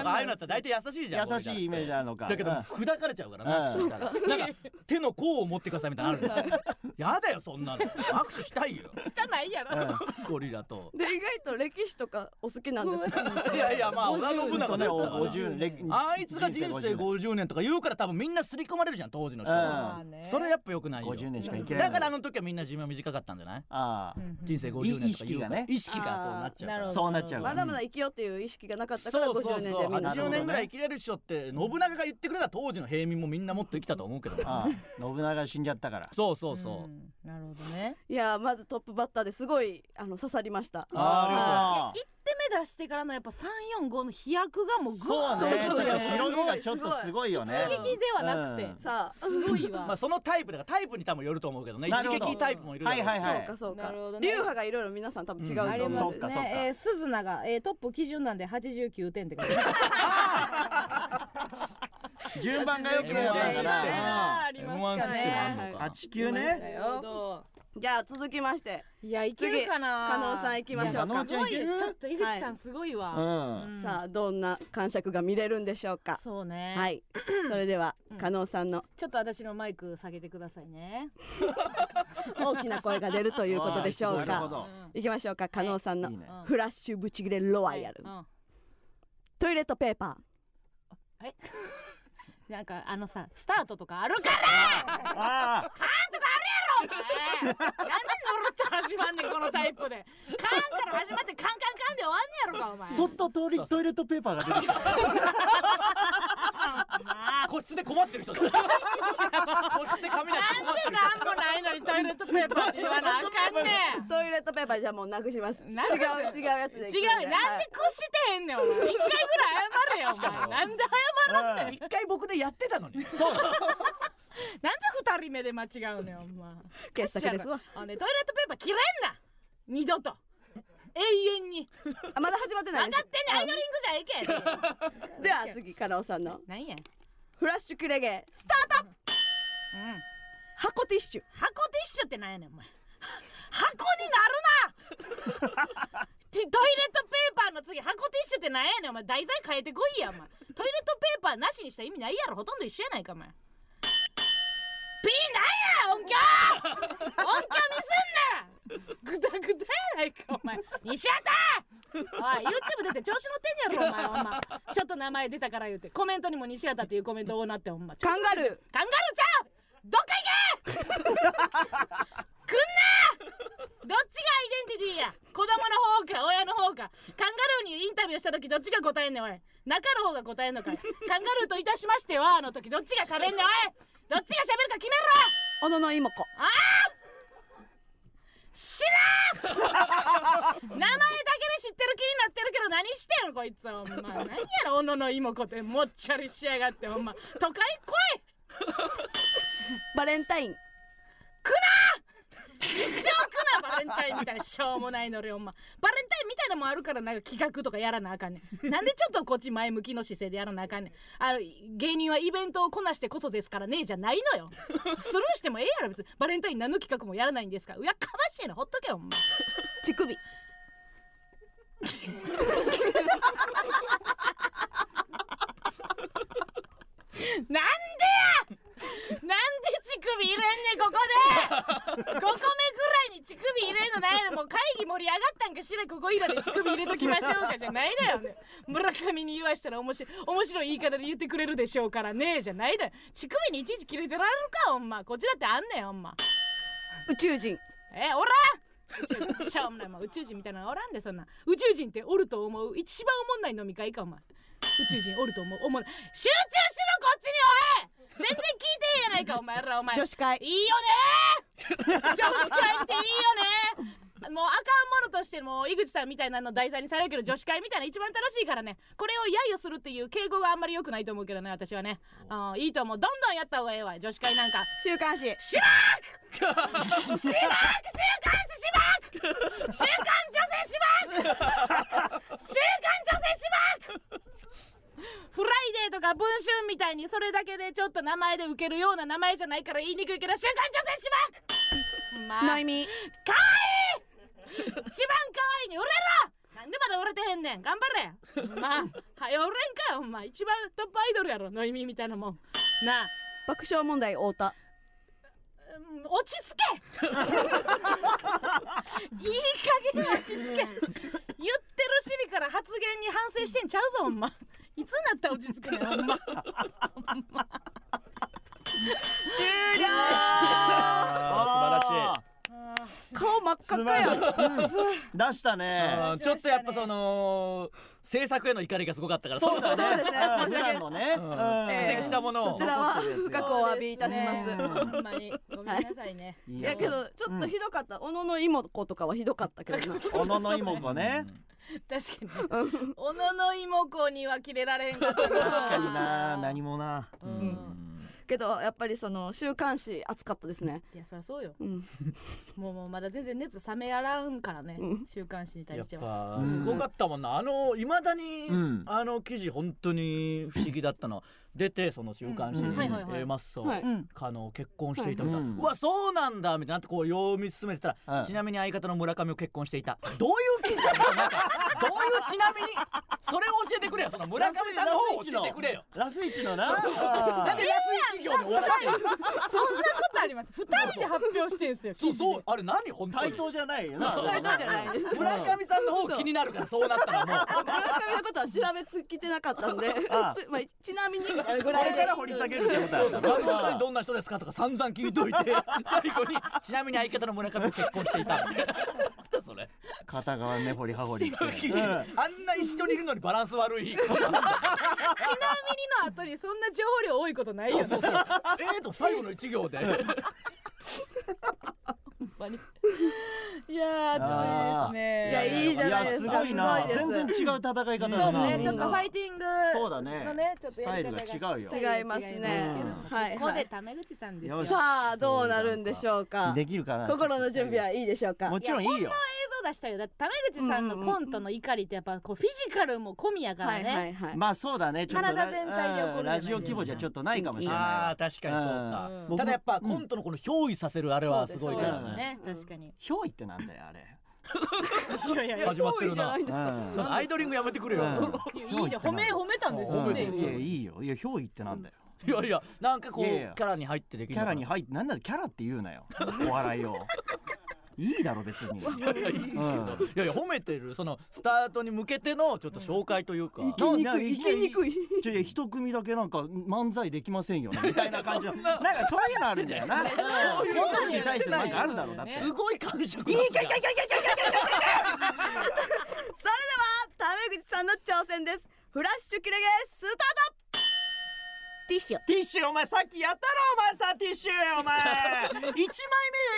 E: あ
B: ない
E: うん
B: だよ
E: のだったら大体優しいじゃん
D: 優しいイメージなのか
E: だけど
D: うん
E: 砕かれちゃうからな、
D: うん
E: 握手したらなんか手の甲を持ってくださいみたいなのある [LAUGHS] のやだよそんなの握手したいよ
B: 汚いやろ。
E: ゴリラと
F: で意外と歴史とかお好きなんですか
E: いやいやまあ織田信長
D: 本当
E: だ
D: ね
E: ったから
D: 50歴
E: あいつが人生
D: 50
E: 50年とか言うから多分みんな刷り込まれるじゃん当時の人
D: うん
E: は
B: まあね
E: それやっぱよくないよ
D: 50年しか生きれない
E: だからあの時はみんな寿命短かったんじゃない
D: あ
B: うん
E: 人生50年とか言うから
D: い
E: 意識がそうなっちゃうか
B: なるほ
E: ら
B: ど。
D: そうなっちゃうか
F: ま
D: ら
F: だまだ生きようっていう意識がなかったから
E: そうそう
F: 50年
E: そ
F: で
E: う
F: みんな
D: 80
E: 80年ぐら
D: なるほ
E: い
D: どね
E: 生きれる人って信長が言ってくれた当時の平民もみんなもっと生きたと思うけどな
D: ああ信長死んじゃったから
E: そうそうそう、
B: んなるほどね。
F: いやまずトップバッターですごいあの刺さりました
D: あ
B: で目出してからのやっぱ三四五の飛躍がもうぐっ
D: あ
B: と
D: そうね
B: 出
D: ちょってと
B: るよ
D: 広
B: ね。
D: げがちょっとすごいよね
B: 刺激ではなくて
D: うん
F: さあ
B: すごいわ。
E: まあそのタイプだからタイプに多分よると思うけどね
D: な
E: 一
D: るほど
E: 撃タイプもいるだろうし、
D: はいはい
F: そうかそう
B: な
F: か
B: るほどね
F: 流派がいろいろ皆さん多分違うと
E: うん
B: あり
F: 思
B: ま
F: うん
B: す
D: そうか
F: で
B: ね
D: そうか。
B: えー、鈴名が、えー、トップ基準なんで八十九点ってこと。
D: 順番が良くれ
E: シス
D: ば
E: テム
D: な
B: あり
E: M1
B: ます
E: シ
B: か
E: ステムあん
B: ね。
E: のか、
D: 89
F: だ
D: ね
B: なるほ
F: よ
B: ど。
F: じゃあ続きまして
B: いやいけ
F: 次
B: るかな。
F: 加納さん行きましょう
D: いや加
F: か
D: 納
B: すごい
D: いける
B: ちょっと井口さ
F: は
B: んすごいわ。
D: うん
B: うん
F: さあどんな感触が見れるんでしょうか
B: そうね。
F: はい
B: [CLEARS THROAT]
F: それでは
B: うん
F: 加納さ
B: [LAUGHS]
F: んの
B: ちょっと私のマイク下げてくださいね。
F: 大きな声が出るということでしょう
D: なるほ
F: か
D: ど
B: うん
F: いきましょうか加納さんの
D: いいね
F: フラッシュブチギレロワイヤル
B: うん
F: トイレットペーパ
B: なんかあのさスタートとかあるから
D: あ
B: お
D: あ
B: 前なんでぬるっと始まんねんこのタイプでカンから始まってカンカンカンで終わんねやろかお前
D: そっと通りトイレットペーパーが出てきた
E: 個室で困ってる [LAUGHS] 人だ個室で髪ないと困ってる人
B: なんもないのにトイレットペーパーって言わなあかんね
F: ートイレットペーパーじゃあもうなくします違
B: なくす
F: う違うやつで
B: ん
F: いく
B: 違
F: んで
B: うよなんで屈してへんねんお前一回ぐらい謝れよお前なんで謝らんねん
D: うん
E: 一回僕でやってたのにそう
B: なんで二人目で間違うねんお前
F: 傑作ですわ
B: あねトイレットペーパー切れんな二度と永遠に
F: あまだ始まってない
B: 分
F: で
B: か
F: す
B: ってんねんアイドリングじゃええけ
F: では次加納さんの
B: 何や
F: フラッシュクレゲスタート
B: うん
F: 箱ティッシュ
B: 箱ティッシュってなんやねんお前箱になるなティトイレットペーパーの次箱ティッシュってなんやねんお前題材変えてこいやお前トイレットペーパーなしにした意味ないやろほとんど一緒やないかお前ピーなんや音響音響ミスんなぐだぐだやないかお前西畑おい YouTube 出て調子乗ってんやろお前ほんまちょっと名前出たから言うてコメントにも西畑っていうコメントをなってほんま
F: カンガル
B: カンガルーちゃんどっか行けくんなどっちがアイデンティティや子供の方か親の方かカンガルーにインタビューした時どっちが答えんねんおい中の方が答えんのかいカンガルーといたしましてはあの時どっちが喋んねんおいどっちが喋るか決めろ
F: ー小野の妹子
B: 知らん名前だけで知ってる気になってるけど何してんのこいつはほんま何やろ小野の妹子ってもっちゃりしやがってほんま都会来い
F: バレンタイン
B: くな一生くなバレンタインみたいなしょうもないの俺ほんまバレンタインみたいなのもあるからなんか企画とかやらなあかんねんなんでちょっとこっち前向きの姿勢でやらなあかんねんあの芸人はイベントをこなしてこそですからねじゃないのよスルーしてもええやろ別にバレンタイン何の企画もやらないんですからうやかましいなほっとけよほんま [LAUGHS]
F: 乳首
B: なんでやなんで乳首入れんねんここで5個目ぐらいに乳首入れんのないのもう会議盛り上がったんかしらここいらで乳首入れときましょうかじゃないだよね村上に言わしたら面白い面白い言い方で言ってくれるでしょうからねじゃないだよ乳首にいちいち切れてられるかほんまこっちだってあんねんほんま
F: 宇宙人
B: えおらん宇宙人しょうもないも [LAUGHS] う宇宙人みたいなのおらんでそんな宇宙人っておると思う一番おもんない飲み会かお前宇宙人おると思うおもんない集中しろこっちにおい全然聞いてへんやないかお前らお前
A: 女子会
B: いいよね女子会っていいよねもうあかんものとしてもう井口さんみたいなの題材にされるけど女子会みたいな一番楽しいからねこれを揶揄するっていう敬語があんまり良くないと思うけどね私はねあいいと思うどんどんやった方がええわ女子会なんか
A: 週刊誌
B: しばーくしばーく週刊誌しばーく週刊女性しばーく週刊女性しばーくフライデーとか文春みたいにそれだけでちょっと名前で受けるような名前じゃないから言いにくいけど週刊女性しばーくまあ
A: ノイミ
B: かわいい一番かわいいに売れろなんでまだ売れてへんねん頑張れほんまあはよ売れんかよほんま一番トップアイドルやろノイミーみたいなもんなあ
F: 爆笑問題太田
B: うん落ち着け [LAUGHS] いい加減落ち着け言ってるしりから発言に反省してんちゃうぞほんまいつになったら落ち着くねんほんま
G: あー素晴らしい
F: 顔真っ赤っかやん
D: 出したね
E: うんちょっとやっぱその制作への怒りがすごかったからそうだ
F: そうですね
D: うん
F: 申
D: 普段
F: し訳ない
D: のね
E: 蓄積したものを
F: こちらは深くお詫びいたします
B: ほんまにごめんなさいね
D: い
F: いやけどちょっとひどかった、小野の妹子とかはひどかったけどな [LAUGHS]
D: 小野の妹子ね
B: 確かに小野の妹子にはキレられへんかったな
D: 確かにな何もな
B: うん
F: けどやっぱりその週刊誌熱かったですね
B: いやそりゃそうよ
F: うん
B: もうもうまだ全然熱冷めやらんからね
F: うん
B: 週刊誌に
E: や
B: 対
E: っ
B: しては
E: ぱすごかったもんなあのいまだに、
D: うん
E: あの記事本当に不思議だったの出てその週刊誌
D: うん
E: に
D: はい
B: はいはい
E: A マッソ
F: はい
B: うん
E: 可能結婚していたみたいな、
D: うん
E: うわそうなんだみたいなってこう読み進めてたら、
D: うん
E: ちなみに相方の村上を結婚していたどういう記事だったのなんか [LAUGHS] どういうちなみにそれを教えてくれよその村上さんの方を教えてくれよ
D: ラスイチのな
E: なんで安い企業で終わらない
B: そんなことあります二人で発表してんすよ
E: そ
B: 記
E: う
B: 事で
E: そうあれ何本当
D: 対
E: に
D: 等じゃないよな
F: 対等じゃないです
E: 村上さんの方気になるからそうなったらもう
F: 村上のことは調べつきてなかったんで [LAUGHS]
D: ああ
F: つまあ、ちなみにみたいなぐ
D: こ
F: ら
D: れ
F: いで
D: から掘り下げるってこと [LAUGHS] だよ
E: 村上さんどんな人ですかとか散々聞いといて最後にちなみに相方の村上と結婚していたみたいなそれ
D: 片側ね掘り葉掘りって
E: あんな一緒にいるのにバランス悪い
B: ちなみにの後にそんな情報量多いことないよ
E: そう
B: ね
E: そうそうえーと最後の一行で
B: ほんまにいやー暑いですね
F: いやいいじゃないですか
D: やすごいな
F: すごいです
D: 全然違う戦い方
B: そ
D: だ
B: う
D: な
B: ねちょっとファイティング
D: そうだね
B: のねちょっとやり方
D: スタイルが違うよ
F: 違いますね
B: うん
F: はい
B: ここでタメ口さんですよ
D: よし
B: 映
F: さあどうなるんでしょうか
D: できるかな
F: 心の準備はいいでしょうか
D: もちろんいいよ
B: 像出したよだってタメ口さんのコントの怒りってやっぱこうフィジカルも込みやから
F: はいは
B: ね
F: いはい、
D: まあそうだねちょっと
B: 体全体で起こるじゃないですか
D: うんラジオ規模じゃちょっとないかもしれ
E: あ
D: な
E: あ確かにそう
D: う
E: か
D: ん
E: ただやっぱコントのこの憑依させるあれはす
B: そ
E: ごいうで
B: ですす
E: ね
B: ね確かに
D: い憑依ってなんだよあれ
B: いやいやいや
E: 始まってる
F: じゃ
E: な
F: ないんです
D: う
F: か、
D: ん
E: そのアイドリングやめてくれよ
D: うん
E: その
B: いいじゃん褒め褒めたんですよ
D: うん
B: ね
D: いやいいよいや憑依ってなんだよ
E: いやいやなんかこう
D: いやい
E: キ
D: や
E: ャラに入ってでき
D: キ
E: るの
D: ャ
E: か
D: ラ
E: な
D: に入ってなんだキャラって言うなよお笑いをいいだろ別に
E: いやいやいいけど
D: うん
E: いやいや褒めてるそのスタートに向けてのちょっと紹介というか
D: きにく
F: いきにくい
D: ちょいや一組だけなんか漫才できませんよねみたいな感じのなんかそういうのあるんだよなそういう人に対してなんかあるだろうだって
E: すごい感触い
F: それではタメ口さんの挑戦ですフラッシュキレゲスタートティッシュ
D: テ
H: [LAUGHS]
D: ィッシュお前さっきやったろお前さティッシュお前一枚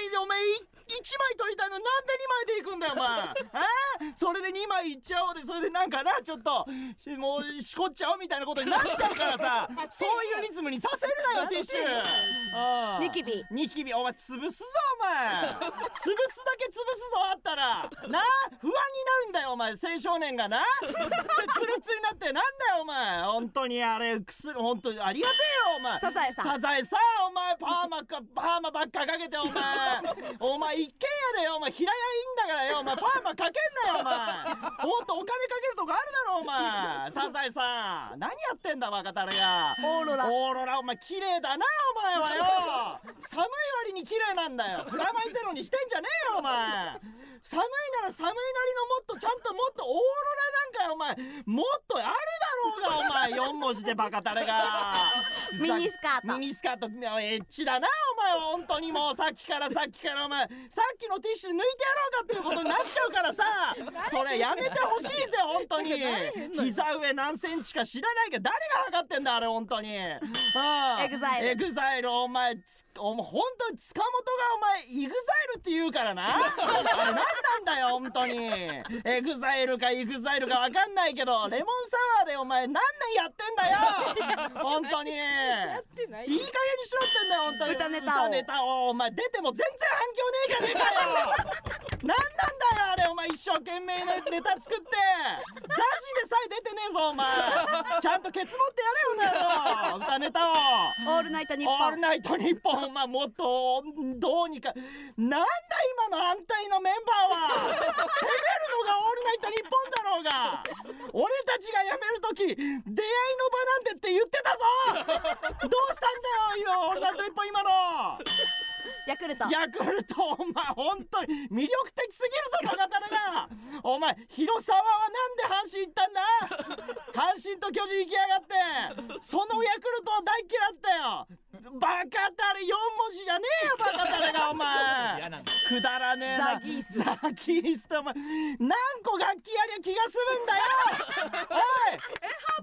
D: 目でお前い一枚取りたいのになんで二枚でいくんだよお前えーそれで二枚いっちゃおうでそれでなんかなちょっとしもうしこっちゃおうみたいなことになっちゃうか
H: [LAUGHS]
D: らさそういうリズムにさせるなよティッシュ
H: [LAUGHS] ニキ
D: ビ
H: ビ
D: ニキビお前潰すぞお前潰すだけ潰すぞあったらな不安になるんだよお前青少年がなでツルツルになってなんだよお前本当にあれ薬本当にありがてえよお前
A: サザエさん
D: サザエさんお前パーマかパーマばっかかけてお前お前一軒家でよお前平屋いいんだからよお前パーマかけんなよお前もっとお金かけるとこあるだろお前サザエさん何やってんだ若たれが
A: オーロラ
D: オーロラお前綺麗だなお前はよ寒い割に綺麗なんだよプラマイゼロにしてんじゃねえよお前寒いなら寒いなりのもっとちゃんともっとオーロラなんかよお前もっとあるだろうがお前4文字でバカタレが
H: ミニスカート
D: ミニスカートエッチだなお前は本当にもうさっきからさっきからお前さっきのティッシュ抜いてやろうかっていうことになっちゃ
H: [LAUGHS]
D: うからさそれやめてほしいぜ本当に膝上何センチか知らないけど誰が測ってんだあれ本当
H: [LAUGHS]
D: にエ
H: グザイル
D: エグザイルお前つお前本当に塚本がお前イグザイルって言うからなあれ何なんだよ本当にエグザイルかイグザイルか分かんないけどレモンサワーでお前何年やってんだよ本当に
B: ってない
D: いい加減にしろってんだよ本当に
A: 歌ネタを
D: 歌ネタをお前出ても全然反響ねえじゃねえかよ何なんだよあれお前一生懸命ねネタ作って雑誌でさえ出てねえぞお前ちゃんとケツ持ってやれよなよ歌ネタを
A: オールナイト日
D: オール
A: 本
D: [LAUGHS] ナイト日本まあもっとどうにかなんだ今の安泰のメンバーは攻めるのがオールナイト日本だろうが俺たちが辞める時出会いの場なんてって言ってたぞどうしたんだよ今オールナイト日本今の
A: ヤクルト
D: ヤクルトお前本当に魅力的すぎるぞバカタレがお前広沢はなんで阪神行ったんだ阪神と巨人行きやがってそのヤクルトは大嫌いだったよバカタレ4文字じゃねえよバカタレがお前
E: 嫌なんだ
D: くだらねえな
A: ザギース
D: ザギースとお前何個楽器やりゃ気が済むんだよ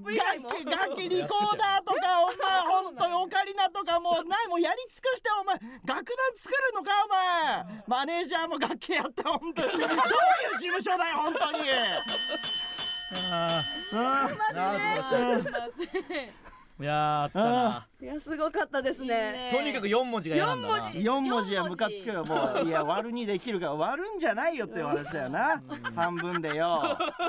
D: おい楽器楽器リコーダーとかお前本当にオカリナとかもうないもうやり尽くしてお前楽団作るのかお前マネージャーも楽器やって本当にどういう事務所だよ本当に
E: いやーあったない
A: やすごかったですね
E: とにかく四文字が嫌なんだな
B: 四文字
D: 4文字はムカつくよもういや割るにできるから割るんじゃないよって話だよな半分でよ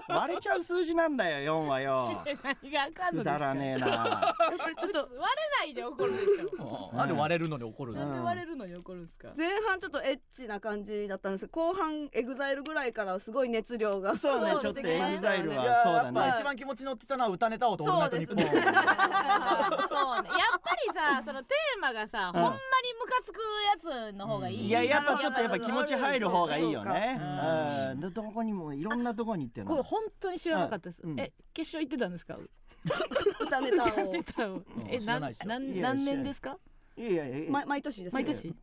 D: 割れちゃう数字なんだよ4はよ
B: 何があかんのです
D: くだ
B: から
D: ねえな
B: ちょっと割れないで怒るでしょ
E: うんなんで割れるのに怒る
D: う
E: の
D: ん
B: なんで割れるのに怒るんですか
A: 前半ちょっとエッチな感じだったんですけど後半エグザイルぐらいからすごい熱量が
D: そうね
A: 出
D: ちょって
A: きま
D: と
A: したね
D: エグザイル
E: い
D: は
E: や
D: そう
E: ーや
D: だ
E: っ
D: ね
E: ぱ一番気持ち乗ってたのは歌ネタ王とオールナイト日本
A: そうですね
B: そうねやっぱりさそのテーマがさ、ほんまにムカつくやつの方がいい、
D: いややっぱちょっとやっぱ気持ち入る方がいいよね。
E: う
D: うん、どこにもいろんなとこに行ってる
F: これ
D: の。
F: 本当に知らなかったです、
D: うん
F: え決勝行ってたんですか
A: 歌ネタ
F: [LAUGHS]
A: を
F: ネタを
E: ん
F: え
E: 知
F: な
E: ら
F: ん
E: ないですよ
F: なん
D: いや
F: 何年ですか
D: いやいやいや、
A: ま毎年ですよ
F: 毎年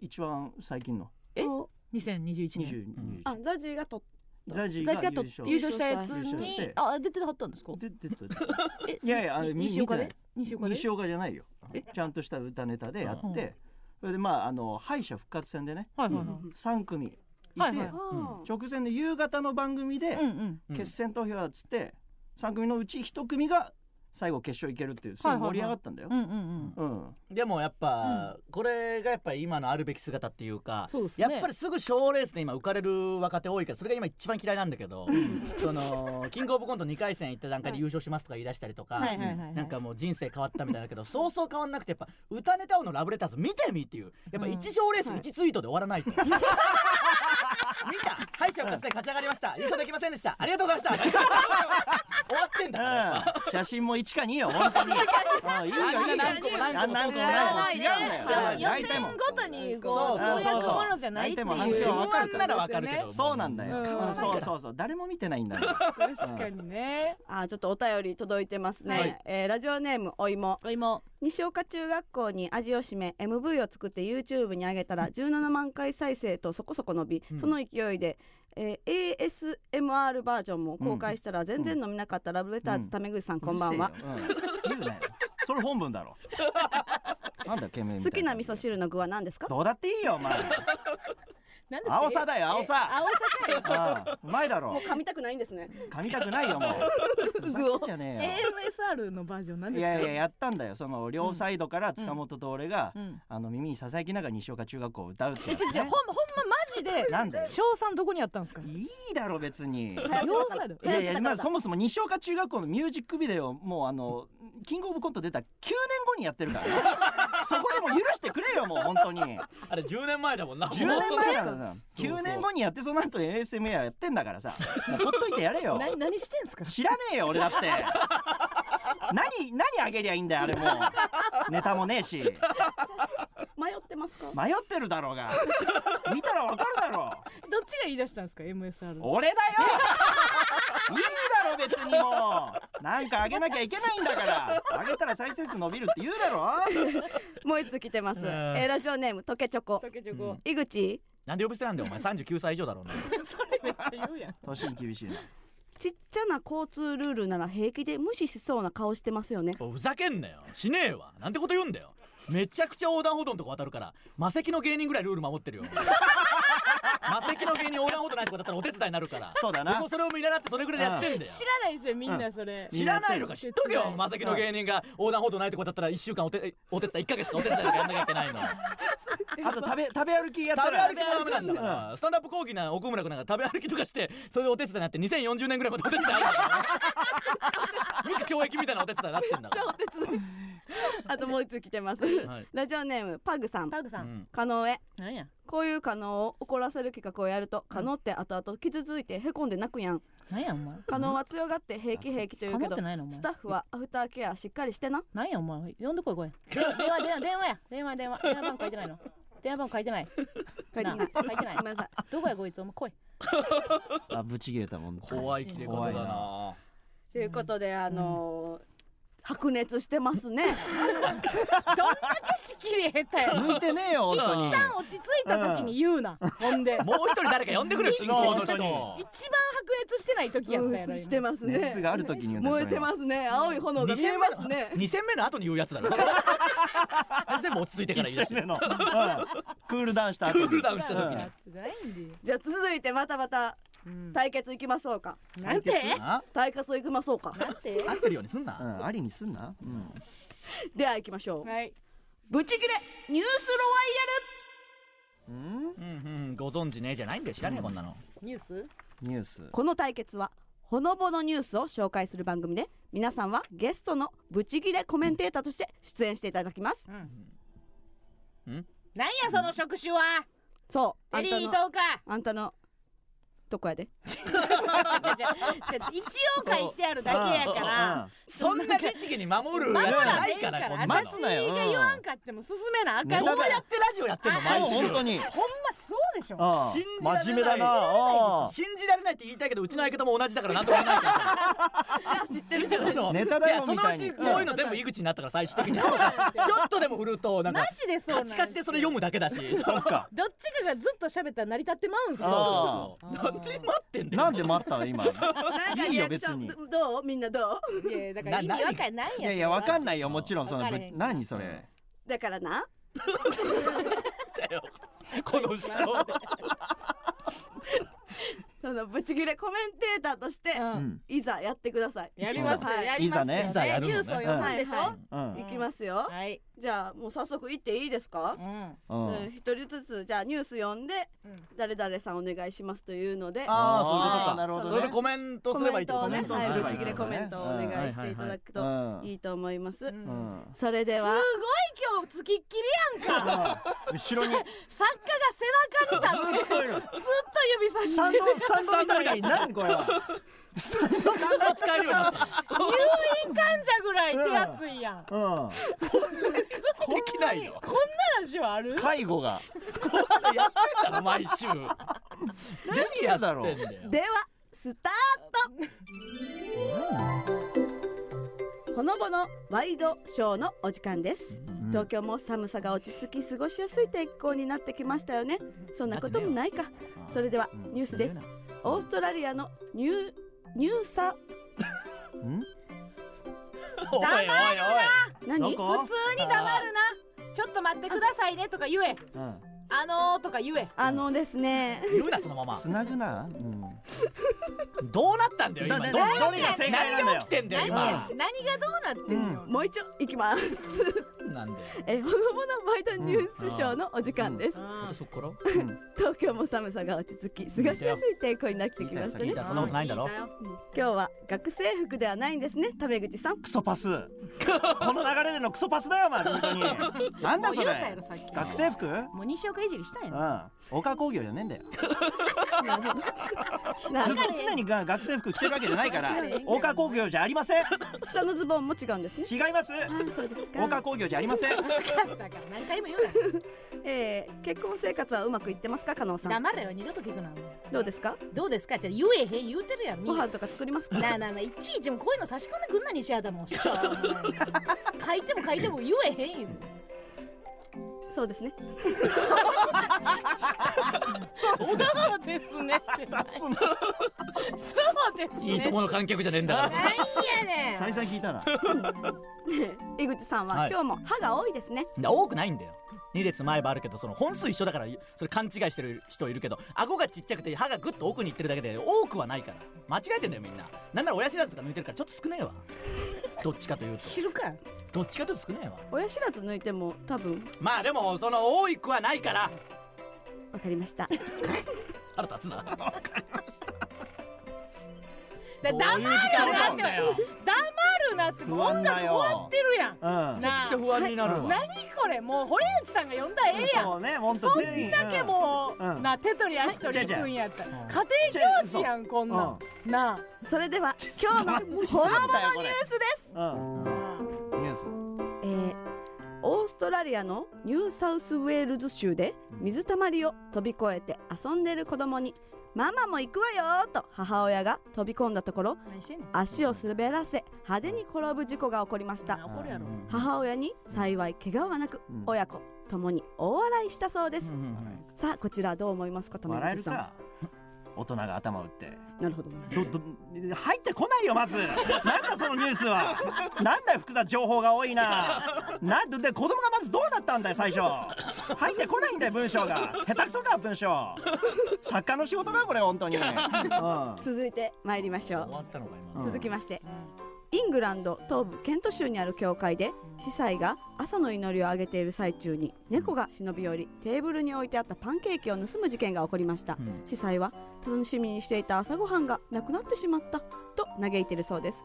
D: 一番最近の
F: え
D: 二
F: 2021年
D: 十
E: ん
A: あザジーがと
D: ザジ
F: 大
D: が
F: が
D: 優
F: と
D: 勝。
F: 優勝したやつ
D: 優勝し
F: に
D: て
F: あ出てはったんですか
D: ででで
F: え
D: いやいやあの見
F: 西岡で
D: 見て
F: 西岡で
D: 西岡じゃないよ
F: え。
D: ちゃんとした歌ネタでや
F: う
D: っ
F: ん
D: て、それでまああの敗者復活戦でね、
F: はいはいはい
D: 三組いて、
F: はいはい
A: あー
D: 直前の夕方の番組で
F: うんうん
E: うん
D: 決選投票だっつって、三組のうち一組が最後決勝行けるっていう、すごい盛り上がったんだよ
F: う。んうんうん
D: うん。
E: でもやっぱ、これがやっぱり今のあるべき姿っていうか
F: そうですね
E: やっぱりすぐ賞レースで今浮かれる若手多いからそれが今一番嫌いなんだけどそのキングオブコント2回戦行った段階で優勝しますとか言い出したりとか、
F: はいはいはいはい
E: なんかもう人生変わったみたいだ
D: [LAUGHS]
E: けどそうそう変わんなくてやっぱ歌ネタ王のラブレターズ見てみっていうやっぱ1賞レース1ツイートで終わらないと。 [LAUGHS] 見た敗者を勝ちで勝ち上がりました優勝できませんでしたありがとうござい
D: [LAUGHS]
E: ました終わってんだからやっぱ
D: うん写真も1か2よ本当にうんいいよいいよ
E: あんな何個も何個も
D: あ何個も
E: やら
D: 何個も
B: ない
D: 違
B: ね
D: うんだよ
B: 予
D: 泣いて
B: 選
D: も
B: ごとにこうそう
E: そうそう
D: そう
B: やつものじゃないっていう
D: 泣いても反響は
E: M1 ならわかるけど
D: そうなんだよ、
B: うん
D: うんそうそうそう誰も見てないんだよ
B: 確かにね
A: あーちょっとお便り届いてますね、
E: はい
A: えーラジオネームお芋
F: お芋
A: 西岡中学校に味を占め MV を作って YouTube に上げたら17万回再生とそこそこ伸び、
E: ん
A: その勢いで、えー ASMR バージョンも公開したら全然飲みなかったラブレター
D: うん
A: ズタメ口さんこんばんは、
D: うるせえようん言うなよそれ本文だろなんだよ懸命みた
A: 好
D: い
A: きな味噌汁の具は何ですか
D: どうだっていいよお前
I: 何ですか
D: 青さだよ青さ
I: 青さかよ
D: ああうまいだ
A: も
D: ろ
A: う噛みたくないんですね
D: 噛みたくないよもう
A: 具を
D: ふざけんじゃねえよ
B: AMSR のバージョンなん
D: い
B: ですか
D: やいややったんだよその両サイドから塚本と俺が、
B: うん
D: あの耳にささやきながら西岡中学校を歌うって
B: え
D: やつ
B: [LAUGHS] ちょちょほんほんまマジで
D: なんだよ
B: 賞賛どこにあったんですか
D: いいだろ別に
B: 要塞
D: いやいや、まあ、そもそも西岡中学校のミュージックビデオもうあのキングオブコント出た9年後にやってるからねそこでも許してくれよもう本当に10
E: あれ10年前だもんな
D: 年前だからさ
E: そうそう
D: 9年後にやってその後 ASMR やってんだからさもうほっといてやれよ
B: 何何してんすか
D: 知らねえよ俺だって何何あげりゃいいんだよあれもうネタもねえし
A: 迷ってますか
D: 迷ってるだろうが見たらわかるだろう
B: どっちが言い出したんですか MSR の
D: 俺だよいいだろ別にもうなんかあげなきゃいけないんだからあげたら再生数伸びるって言うだろ
A: もう一つ来て
D: [LAUGHS]
A: ます、えーラジオネームとけちょこ
B: だけちょこ
A: 井口
E: なんで呼び捨てなんだよお前39歳以上だろうな
B: [LAUGHS] それめっちゃ言うやん
D: 年に厳しいな
A: ちっちゃな交通ルールなら平気で無視しそうな顔してますよね
E: おふざけんなよしねえわなんてこと言うんだよめちゃくちゃ横断歩道のとこ渡るから魔石の芸人ぐらいルール守ってるよ魔石の芸人横断歩道ないとこだったらお手伝いになるから
D: そうだな
E: 僕もそれを見習ってそれぐらいでやってんだよ
B: 知らないですよみんなそれ
D: うん
E: 知らないのか知っとけ
B: 手
E: よ
B: 伝い
E: 魔石の芸人が横断歩道ないとこだったら1週間お手お手伝い1ヶ月かお手伝いとかやんなきゃいけないの
D: あと食べ食べ歩きやった
E: 食べ
D: ら
E: 歩きもダメなんだから、スタンダップ講義な奥村君なんか食べ歩きとかしてそれでお手伝いになって2040年ぐらいまでお手伝いあるんだよ無期懲役みたいなお手伝いになってんだか
A: [LAUGHS] 超手伝いあともう一つ来てます、
E: はい
A: ラジオネームパグさん
B: パグさ
E: ら、うんん、
A: 加納へ
B: なんや
A: こういう加納を怒らせる企画をやると加納って後々傷ついてへこんで泣くやん
B: なんやお前
A: 加納は強がって平気平気と言
B: か
A: う
B: な
A: け
B: っ
A: ど
B: てないのお前
A: スタッフはアフターケアしっかりしてな
B: なんやお前呼んでこいこい電話電話電話や電話電話電話番号書いてないの電話番号書いてない
A: 書いてない
B: なあ書いてない
A: ごめんなさい
F: [LAUGHS]
B: どこやこいつお前来い
D: あぶち切れたもん
E: 怖い切れ方だな
A: ということであのー白熱してますね
B: 仕切り下手や一
D: 向いてねえよ本当に
B: 旦落ち着いた時に言うなほんで一番
E: もう一人誰か呼んでくれよ進行の人
D: 本
B: 白熱してない時やったや
A: う
B: ろ
A: んして
B: 今
A: ます
D: 熱
A: ね
D: がある時に言うんだよ
A: 燃えてますね青い炎が見えますね
E: 2戦目の後に言うやつだろ全部落ち着いてから言い出
D: 一
E: し
D: 戦
E: て
D: 目の、うん、クールダウンした
E: ク
D: 後に
E: ールダウンした時に
B: やってないんで
A: じゃあ続いてまたまた対決いきましょうか
B: なんて
E: な
A: 対決いきましょうか
B: なんて
E: 合ってるようにすんな、
D: うん、ありにすんな、うん、
A: では行きましょう
B: はい
A: ブチ切れニュースロ
E: うんうんご存知ねえじゃないんだよ知らねえこんなの
B: ニュース
D: ニュース
A: ワイヤルこの対決はほのぼのニュースを紹介する番組で皆さんはゲストのブチ切れコメンテーターとして出演していただきます
F: なんやその職種は
A: そうあ
F: エ
A: ん
F: リー
A: た
F: 伊
A: の
F: 藤か
A: あんたのとこやで
F: ちょ一応書いてあるだけやから
E: そんな律儀に守るやつじゃないからこんなの
D: 待
F: 私
D: つ
E: ど
D: な
F: が
D: ようん
F: 言わんかっても進めなあかん
E: う
F: から
E: やってラジオやってんの
D: そう
E: 毎週
D: 本当に
B: ほんまそうでしょ
D: ああ
E: 信じられない
D: 真面目だなあ
E: 信じられないって言いたいけどうちの相方も同じだからなんとも言えないじゃあ知ってるじゃん
D: ネタだよ
E: いやそ
D: み
E: の
D: た
E: う
D: いに
E: ちこういうの全部井口になったから最終的にちょっとでも振るとなん
B: マ
E: か
B: ジでそうな
E: カ
B: ん
E: チカチでそれ読むだけだしそう
D: あそっか
B: どっちかがずっと喋ったら成り立ってまうんすよ
E: そ
D: あ
E: うそうなんで待ってんだよ
D: [LAUGHS] なんで待ったの今いいよ別に
A: どどうみんなどう
B: いやいやだから意
E: な
B: 味わかんないや
D: いやいやわか
B: ない
D: んないよもちろんその
B: わか
D: ぶ
B: れへんから
D: 何それ
A: だからな
E: だよこの人
A: そのブチ切れコメンテーターとして、
D: う
B: や
D: ん
A: いざやってください
B: りますよ
A: はい
B: やりますよ
D: い
B: ね
E: ざね
B: ニュースを読むんでしょ
A: はいは
D: う
A: い
D: ん
A: きますよ、
B: はい
A: じゃあもう早速行っていいですか
B: う、ん
D: うん
A: うん一人ずつじゃあニュース読んで、
B: うん
A: 誰々さんお願いしますというので
D: ああそういうこと
A: は
D: か
A: い
D: なるほ
E: そ
D: ど
E: れ
D: ね
E: でコメント
A: コ
E: すれ
A: メ
E: ばい
A: ン
E: いっ
A: ト
E: て
A: をね、
E: こと
D: コメント
A: はい、ぶ
D: すればいい
A: ち切れコメントをお願いしていただく
D: う
A: と
D: ん
A: いいと思います。
D: う
B: うん
D: ん
A: それでは、
F: すごい今日つきっきりやんか
D: 後ろに
F: 作家が背中に立ってずっと指
D: ス
F: さ
D: タ
F: し
D: ン
F: て
D: ド
F: る
D: スタンドみたいに何これは
E: 使えるようになった
F: 入院患者ぐらい手厚いやん
D: うん
E: できないよ
F: こんなラジオある
D: 介護が
E: やってんだろ毎週何や
D: だろう
E: ってんだよ
A: ではスタートほのぼのワイドショーのお時間です、
D: ん
A: 東京も寒さが落ち着き過ごしやすい天候になってきましたよねそんなこともないかそれではニュースですオーストラリアのニューニューサ
D: ん
E: おいおいおい
A: 何
D: どこ
F: 普通に黙るなちょっと待ってくださいねとか言え
D: うん
F: あ
B: あのー、とか言え
F: あのですね
E: 言うなそのまま
D: つなぐな、うん、
E: どうなったんだよ今
D: だ
E: ど
D: だ
E: ど
D: だ
E: れが正解
D: 何
E: 何
D: が
E: が起
D: 起き
E: きてんだよ
B: 何が何
E: 今
B: がどうなってんの、
F: もう一丁いきます
E: なんだよ
F: [LAUGHS] えほのぼの毎度ニュースショーのお時間です、
E: またそっから
F: 東京も寒さが落ち着き過ごしやすい天候になってきました
E: 聞
F: ね
E: いたそんなことないんだろ
F: 今日は学生服ではないんですねタメ口さん
D: クソパスこの流れでのクソパスだよまず本当になんだ
B: もう言
D: そ
B: うたや
D: れ
B: ろさっき
D: 学生服うん
B: もう西岡いじりしたやん
D: 岡工業じゃねえんだよ
F: [LAUGHS] な
D: ずっと常にが学生服着てるわけじゃないから岡工業じゃありません
F: 下のズボンも違うんですね
D: 違います
F: そうですか
D: 岡工業じゃありません
F: [LAUGHS]
B: だから何回も言う
F: えー、結婚生活はうまくいってますか加納さ
B: なん黙れよ二度と聞くなお前
F: どうですか
B: どうですかじゃあ言えへん言うてるやん
F: ご飯とか作りますか
B: なあなあなあいちいちもうこういうの差し込んでくんな西畑もしょうもない書いても書いても言えへんよ
F: そうですね
B: そうですねってそうですね
E: いいとこの観客じゃねえんだから
B: なんやねん
D: [LAUGHS] 再三聞いたな
F: 井口さんは、
E: はい
F: 今日も歯が多いですね
E: だ多くないんだよ2列前歯あるけどその本数一緒だからそれ勘違いしてる人いるけど顎がちっちゃくて歯がぐっと奥にいってるだけで多くはないから間違えてんだよみんななんなら親知らずとか抜いてるからちょっと少ねえわどっちかというと
B: 知るか
E: どっちかというと少ねえわ
F: 親知らず抜いても多分
E: まあでもその多いくはないから
F: わかりました
E: 腹立つな
B: だ
E: どう
B: 黙
E: いう
B: る
E: 時間
B: な
E: な
B: っ
E: ん
B: て
E: だよ
B: 黙るなってもう音楽終わってるやん
D: うん
B: なあ
E: 不安になるわ
B: 何これもう堀内さんが呼んだらええやん
D: そうね本当
B: そんだけもう、
D: うん
B: な手取り足取り行くんやったら家庭教師やんこんなん、な
F: それでは今
D: [LAUGHS]
F: 日のほのぼのニュースです、
D: うん
E: ニュース
F: えー、オーストラリアのニューサウスウェールズ州で水たまりを飛び越えて遊んでる子供にママも行くわよーと母親が飛び込んだところ
B: あ何してんねん
F: 足を滑らせ派手に転ぶ事故が起こりました
B: な怒るやろ
F: 母親に幸い怪我はなく、
D: うん
F: 親子ともに大笑いしたそうです、
E: うん
F: さあこちらどう思いますか玉
D: 笑え
F: 口
D: る
F: さん
D: [LAUGHS] か大人が頭打って
F: なるほど
D: どど入ってこないよまず [LAUGHS] なんだそのニュースはなんだよ複雑情報が多いななんでで子供がまずどうなったんだよ最初入ってこないんだよ文章が下手くそか文章作家の仕事かこれ本当に、うん、
F: 続いて参りましょう
E: 終わったのか今
D: うん
F: 続きまして、イングランド東部ケント州にある教会で司祭が朝の祈りをあげている最中に猫が忍び寄りテーブルに置いてあったパンケーキを盗む事件が起こりました、
E: うん
F: 司祭は楽しみにしていた朝ごはんがなくなってしまったと嘆いているそうです、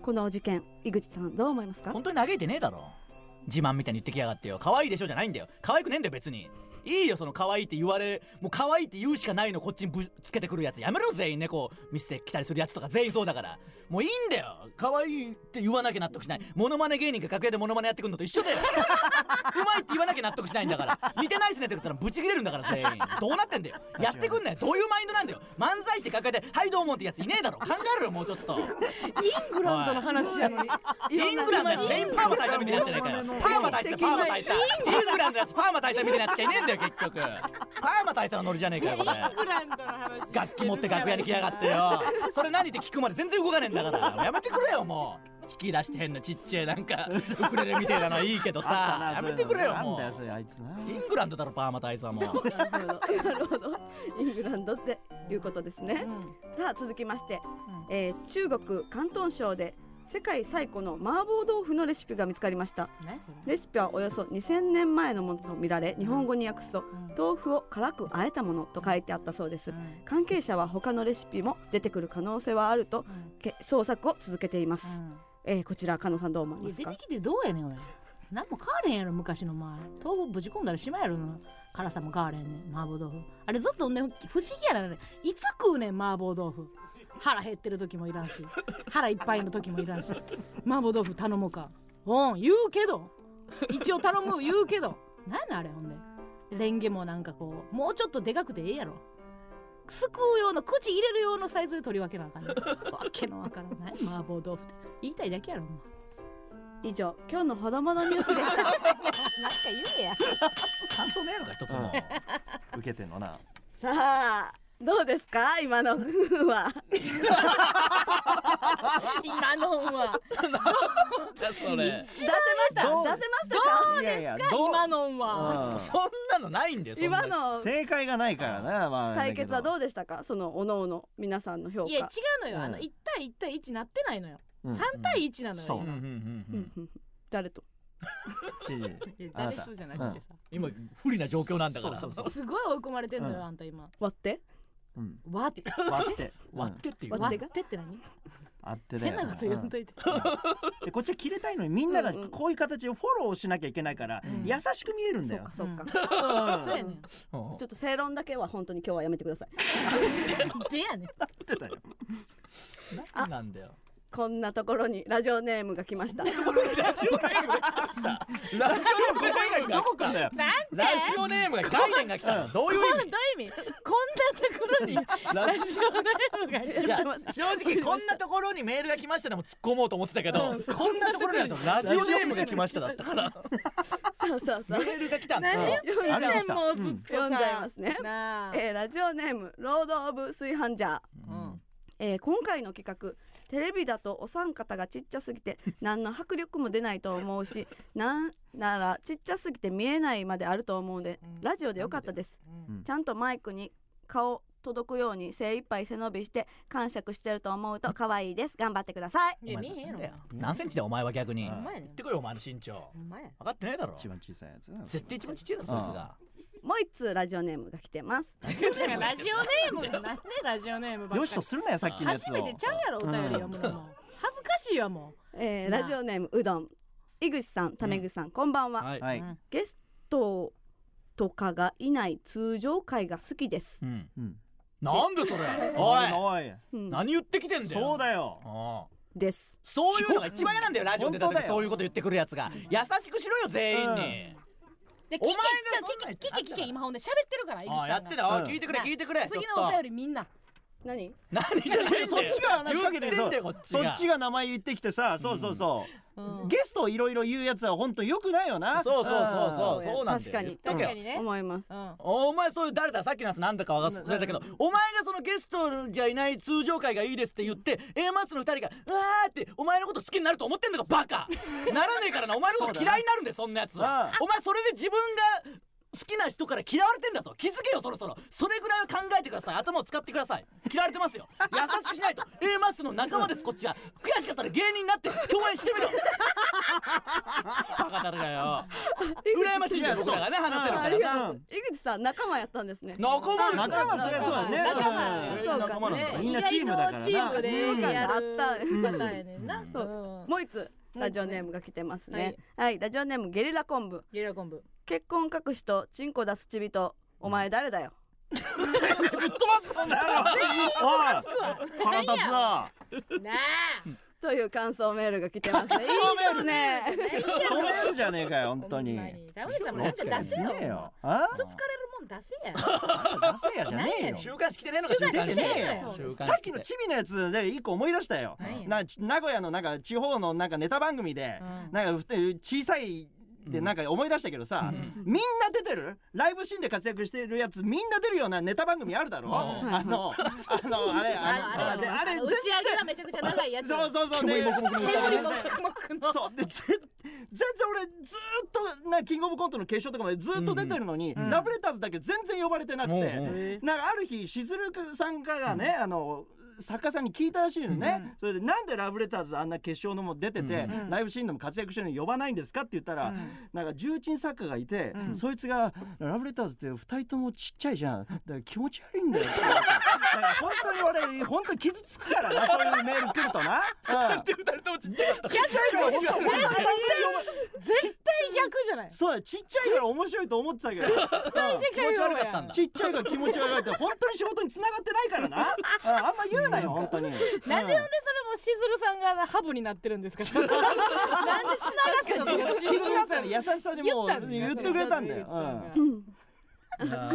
F: この事件井口さんどう思いますか
E: 本当に嘆いてねえだろ自慢みたいに言ってきやがってよ可愛いでしょじゃないんだよ可愛くねえんだよ別にいいよその可愛いって言われもう可愛いって言うしかないのこっちにぶつけてくるやつやめろ全員猫店来たりするやつとか全員そうだからもういいんだよ可愛いって言わなきゃ納得しないモノマネ芸人が楽屋でモノマネやってくるのと一緒だ
F: [LAUGHS]
E: ようまいって言わなきゃ納得しないんだから似てないっすねって言ったらブチ切れるんだから全員どうなってんだよやってくんなよどういうマインドなんだよ漫才して楽屋で「はいどうも」ってやついねえだろ考えろよもうちょっと
B: イングランドの話やのに
E: イングランドのやつ全員パーマ大佐みたいなやつじゃないかよパーマ大佐パーマ大佐イングランドのやつパーマ大佐みたいなやつしかいねえんだよ結局パーマ大佐のノリじゃねえかよこれ
B: イングランドの話
E: 楽器持って楽屋に来やがってよそれ何って聞くまで全然動かねえんだからやめてくれよもう引き出して変なちっちゃいなんかウクレレみたいなのいいけどさや
D: あったな
E: めてくれよ
D: そういうの
E: も
D: なんだよそうれあいつな
E: イングランドだろパーマ大佐も
F: なるほどなるほどイングランドっていうことですね、さあ続きまして、えー中国広東省で世界最古の麻婆豆腐のレシピが見つかりました
B: 何それ
F: レシピはおよそ2000年前のものとみられ日本語に訳すと豆腐を辛く和えたものと書いてあったそうです関係者は他のレシピも出てくる可能性はあるとけ捜索を続けています、えーこちら加納さんどう思い
B: い
F: ま
B: や
F: す
B: 出
F: か
B: てきてどうやねん俺何も変われへんやろ昔の前豆腐ぶち込んだらしまやろな辛さも変われへんねん麻婆豆腐あれずっとね不思議やなあれいつ食うねん麻婆豆腐腹減ってる時もいらんし腹いっぱいの時もいらんし麻婆豆腐頼むかうん言うけど一応頼む言うけど何やねんあれほんでレンゲもなんかこうもうちょっとでかくてええやろすくう用の口入れる用のサイズで取り分けなあかんねんわけのわからんない麻婆豆腐って言いたいだけやろもう
F: 以上今日のほどものニュースでした
B: なんか言えや。
E: 感想ねえのか一つも
D: 受けてんのな
F: さあどうですか今 [LAUGHS] のは
B: [LAUGHS] 今のは
E: それ
F: 出せました出せ
D: どう
F: ましたか
D: いやいやどう
B: 今のは
E: そんなのないんだよそんな
F: 今の
D: 正解がないからなまあ
F: 対決は
D: う
F: どうでしたかそのおのおの皆さんの評
B: いや違
F: 価
B: うのよ、あの
D: うん
B: 1対1対1なってないのよ、
D: うん
B: 三3対1なの
D: そ
B: よ
D: う
E: うんうんうん
F: う
E: うん
F: んうん誰と
B: いや誰そうじゃなくてさ、
E: 今不利な状況なんだから
D: そうそう
B: すごい追い込まれてんのよ、
D: うん
B: あんた今
F: 割って
D: うん
B: 割
D: [LAUGHS]
B: って
D: 割って
E: 割ってっていう
F: 割
B: 割
F: っ
B: っててって何
D: あってだよ
B: 変なこと言わんといて、
D: でこっちは切れたいのにみんなが
F: うんうん
D: こういう形をフォローしなきゃいけないから、
E: ん
D: 優しく見えるんだ
F: そう
D: よ
F: か。そうか
D: うん
B: そうやねん
E: うん
F: ちょっと正論だけは本当に今日はやめてください
B: でやねん
D: ってたよ
E: 何なんだよ
F: こんなところにラジオネームが来ま [LAUGHS] した
E: ラジオネームが来ました
D: ラジオのここ以外どこ来んだよ。
B: なんで
E: ラジオネームが概念が来たのどういう
B: こん
E: 意
B: どういう意味こんなところにラジオネームがい
E: 味い
B: る
E: や正直こんなところにメールが来ましたでも突っ込もうと思ってたけど、こんなところにだとラジオネームが来ましただったから
F: そうそうそう
E: メールが来たんだ
B: 何を
F: 読んじゃ
D: ありま
F: いま
D: し
F: す
D: た
B: もうずっとさ、
F: うん読んじゃいますね
B: なあ、
F: えーラジオネームロード・オブ・炊飯ジャー、
B: うん
F: えー今回の企画テレビだとお三方がちっちゃすぎて何の迫力も出ないと思うしなんならちっちゃすぎて見えないまであると思うのでラジオでよかったです、
D: うん
F: ちゃんとマイクに顔届くように精一杯背伸びして感触してると思うと可愛いです頑張ってください
B: いや見えへんやろ
E: 何センチだよお前は逆に
D: う
E: 言
D: ん
B: お前やねん
E: ってこいよお前の身長
B: お前や
E: 分かってねえだろ
D: 一番小さいやつな。
E: 絶対一番ちっちゃいだろそいつが
F: もう一通ラジオネームが来てます
B: だからラジオネームなんでラジオネームばっかり
D: よしとするなよさっきのやつ
B: 初
D: を。
B: めてちゃうやろお便り読むのも、恥ずかしいわも
F: えー
B: なあ
F: ラジオネームうどん井口さんタメ口さん、こんばんは、
E: はい、
D: はい。
B: うん
F: ゲストとかがいない通常会が好きです
E: う、ん、
D: うん。
E: なんでそれおい
D: おい。
F: うん
E: 何言ってきてんだよ
D: そうだよ。
E: ああ
F: です
E: そういうのが一番嫌なんだよラジオ出た
D: 本当
E: 時
D: だよ
E: そういうこと言ってくるやつが優しくしろよ全員に、
B: うで聞
E: お
B: け
E: 前が
B: じゃあ聞け
E: そんなん
B: 聞け
E: やったら
B: 聞け今ほんで喋ってるから井口
E: あ
B: さ
E: あ
B: んが
E: やってた、おい
D: うん
E: 聞いてくれ
B: なあ
E: 聞いてくれ
B: 次
E: ち
B: の
E: ょ
B: お
E: っと
B: 便りみんな
F: 何
E: 何じゃ
D: そっちが話しかけて
E: 言って
D: るそ
E: ん
D: う
E: だよこっち
D: そ
E: が
D: っちが名前言ってきてさ、そうそうそう。ゲストをいろいろ言うやつは本当良くないよな。
E: そうそうそうそう
F: うん
E: そうなんだよ
F: 確かに
E: 言っと
B: 確
E: けよ
B: かにね
F: 思います
B: うん
E: お前そういう誰ださっきのやつなんだか忘れたけどお前がそのゲストじゃいない通常会がいいですって言って A マスの二人が「うわー」ってお前のこと好きになると思ってんのかバ [LAUGHS] カならねえからなお前のこと嫌いになるんだよそんなやつは
D: ああ
E: お前それで自分が好きな人から嫌われてんだぞ気づけよそろそろそれぐらいは考えてください頭を使ってください嫌われてますよ優しくしないと A マスの仲間ですこっちは悔しかったら芸人になって共演 [LAUGHS] してみろバカだるがよ羨ましいんだよ僕らがね話せるか
D: だ
F: あ
E: ら
F: り
E: な
F: がとう井口さん仲間やったんですね
E: 仲間でしょ
D: 仲間それそうだね。
B: 仲
D: うん
B: 間
F: そうか
E: 仲間なんだ
D: よ
B: ね
D: みんなチームだからな
B: 意外とチームでやる
F: うん
B: パターンやねんな
F: そう
B: うん
F: もう一つラジオネームが来てますね
B: ね、
F: はい、ラジオネームゲリラ昆布
B: ゲリラ昆布
F: 結婚隠しとチンコ出すちびとお前誰だよ、
D: ぶっ飛ばすこんなの。おい。腹立つな。
B: なあ
F: という感想メールが来てますねいいですね
D: 染めるじゃねえかよ本当に。
B: ほんまダメさんもなんか出せよ
D: ねえよ。あ？
B: ほんまず疲れるもん出せや
D: 出せやじゃねえよ。
E: 週刊誌来てねえのか
B: 週刊誌
E: 週刊誌
B: 来てねえよ
E: 週刊誌
D: さっきのチビのやつで一個思い出したよ
B: 何。や
D: なち名古屋のなんか地方のなんかネタ番組で、
B: うん
D: なんかふて小さいでなんか思い出したけどさ、みんな出てるライブシーンで活躍してるやつみんな出るようなネタ番組あるだろ、
E: ん
D: あのあのあれあの
B: あるあ
D: で
B: る
D: あ
B: あ
D: れ
B: れ打ち上げがめちゃくちゃ長いやつ
D: そうそうそうで
B: 煙もくもくの
D: そうでぜ全然俺ずーっとなキングオブコントの決勝とかまでずーっと出てるのに、ラブレターズだけ全然呼ばれてなくて、
E: うんうん
D: なんかある日しずるさんがね、あの作家さんに聞いたらしいのね、それでなんでラブレターズあんな決勝のも出てて、ライブシーンでも活躍してるのに呼ばないんですかって言ったら、なんか重鎮作家がいて、そいつが「ラブレターズって二人ともちっちゃいじゃんだから気持ち悪いんだよ」って言われてだから本当に俺本当に傷つくからなそういうメール来るとな。うん
E: 二人ともちっちゃい
D: ちっちゃいから本当本当に
B: 絶対逆じゃない
D: そうだよちっちゃいから面白いと思ってたけど
E: 気持ち悪かったんだ
D: ちっちゃいから気持ち悪いって本当に仕事に繋がってないからなああんま言うなよ本当に
B: なんでほんでそれもしずるさんがハブになってるんですか [LAUGHS] なんでつながってるんです
D: 気
B: かしず
D: に
B: る
D: なった
B: さ
D: ら
B: ん
D: 優しさでもう言ってくれたんだよ、うん、あ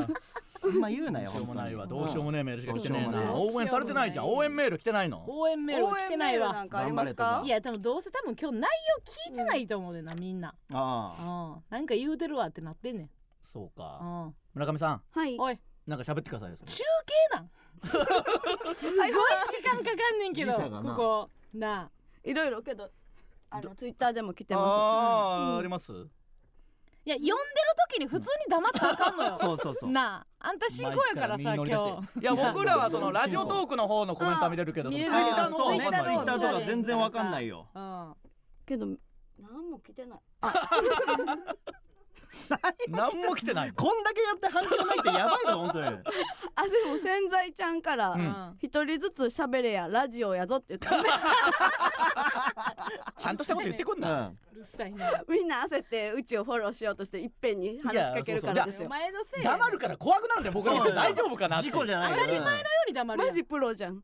D: んま言うなよ
E: どうしようも
D: 本当に
E: ないわどうしようもねえメールしか来てねえ
D: どうしよ
E: な
D: う
B: もない
E: 応援されてないじゃん応援メール来てないの
B: 応援メールは来てない
F: 応援メールな
B: わ
F: んかありますか
B: いや多分どうせ多分今日内容聞いてないと思うでなみんな
D: あ
B: うんなんか言うてるわってなってんねん
E: そう
B: う
E: か
B: ん
E: 村上さん
F: はい
B: おい
E: なんか喋ってくださいよ
B: 中継なんすごい時間かかんねんけど
D: 時差がな
B: ここなあ
F: いろいろけどあのツイッターでも来てま
E: あーあります
B: いや呼んでる時に普通に黙ったらあかんのよ
D: そうそうそう
B: なああんた進行やからさ今
E: マイク
B: 日
E: から身乗り出していや僕らはそのラジオトークの方のコメントは見れるけど
B: あ
E: その
B: 見れ
E: ツイ
B: る
E: ッター
D: あ
E: の
D: そ
E: 方
D: うねツイ
E: が
D: ッターと
B: の方
D: か全然わかんないよ
B: うん
F: すけど何も来てない
E: 何も来てない
D: こんだけやって反響ないってやばいだろ本当 [LAUGHS] に
F: あでも洗剤ちゃんから
B: ん
F: 一人ずつ喋れやラジオやぞって言って
E: ちゃんとしたこと言ってくん
D: う
E: なん
B: うるさいな
F: みんな焦ってうちをフォローしようとしていっぺんに話しかけるからです
B: お
F: よ
B: 前のせいや
E: 黙るから怖くなるんだよ僕
D: そう
E: ら
D: だよ
E: 大丈夫かなって
D: 事故じゃないよ
B: より黙るや
F: マ
B: ん
F: ジプロじゃん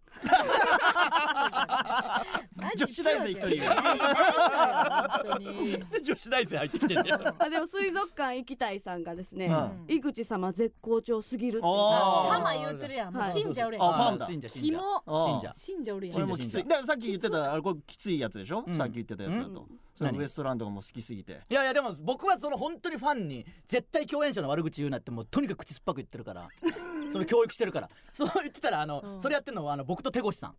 B: マジ
D: 女子大生一人いる
B: ないないから本当に
E: で女子大生入ってきてんだよ
F: あでも水族館行きたいさんがですね、
D: うん
F: 井口様絶好調すぎるって
D: あー
B: サマ言うてるやんもう
F: はい
B: 死んじゃうれ
D: あファン
E: [LAUGHS]
D: だ
E: 信者信
B: ひ
E: 者
B: も
D: あー
E: 信者
B: 死んじゃうれや
D: こ
E: 信
D: れ
B: ん
E: 者
D: もきついだからさっき言ってたあれこれきついやつでしょ、
E: うん
D: さっき言ってたやつだと、その
E: 何
D: ウエストランドがもう好きすぎて
E: いやいやでも僕はその本当にファンに絶対共演者の悪口言うなってもうとにかく口酸っぱく言ってる [LAUGHS] からその教育してるからそう言ってたらあの、それやってるのはあの僕と手越さ [LAUGHS] ん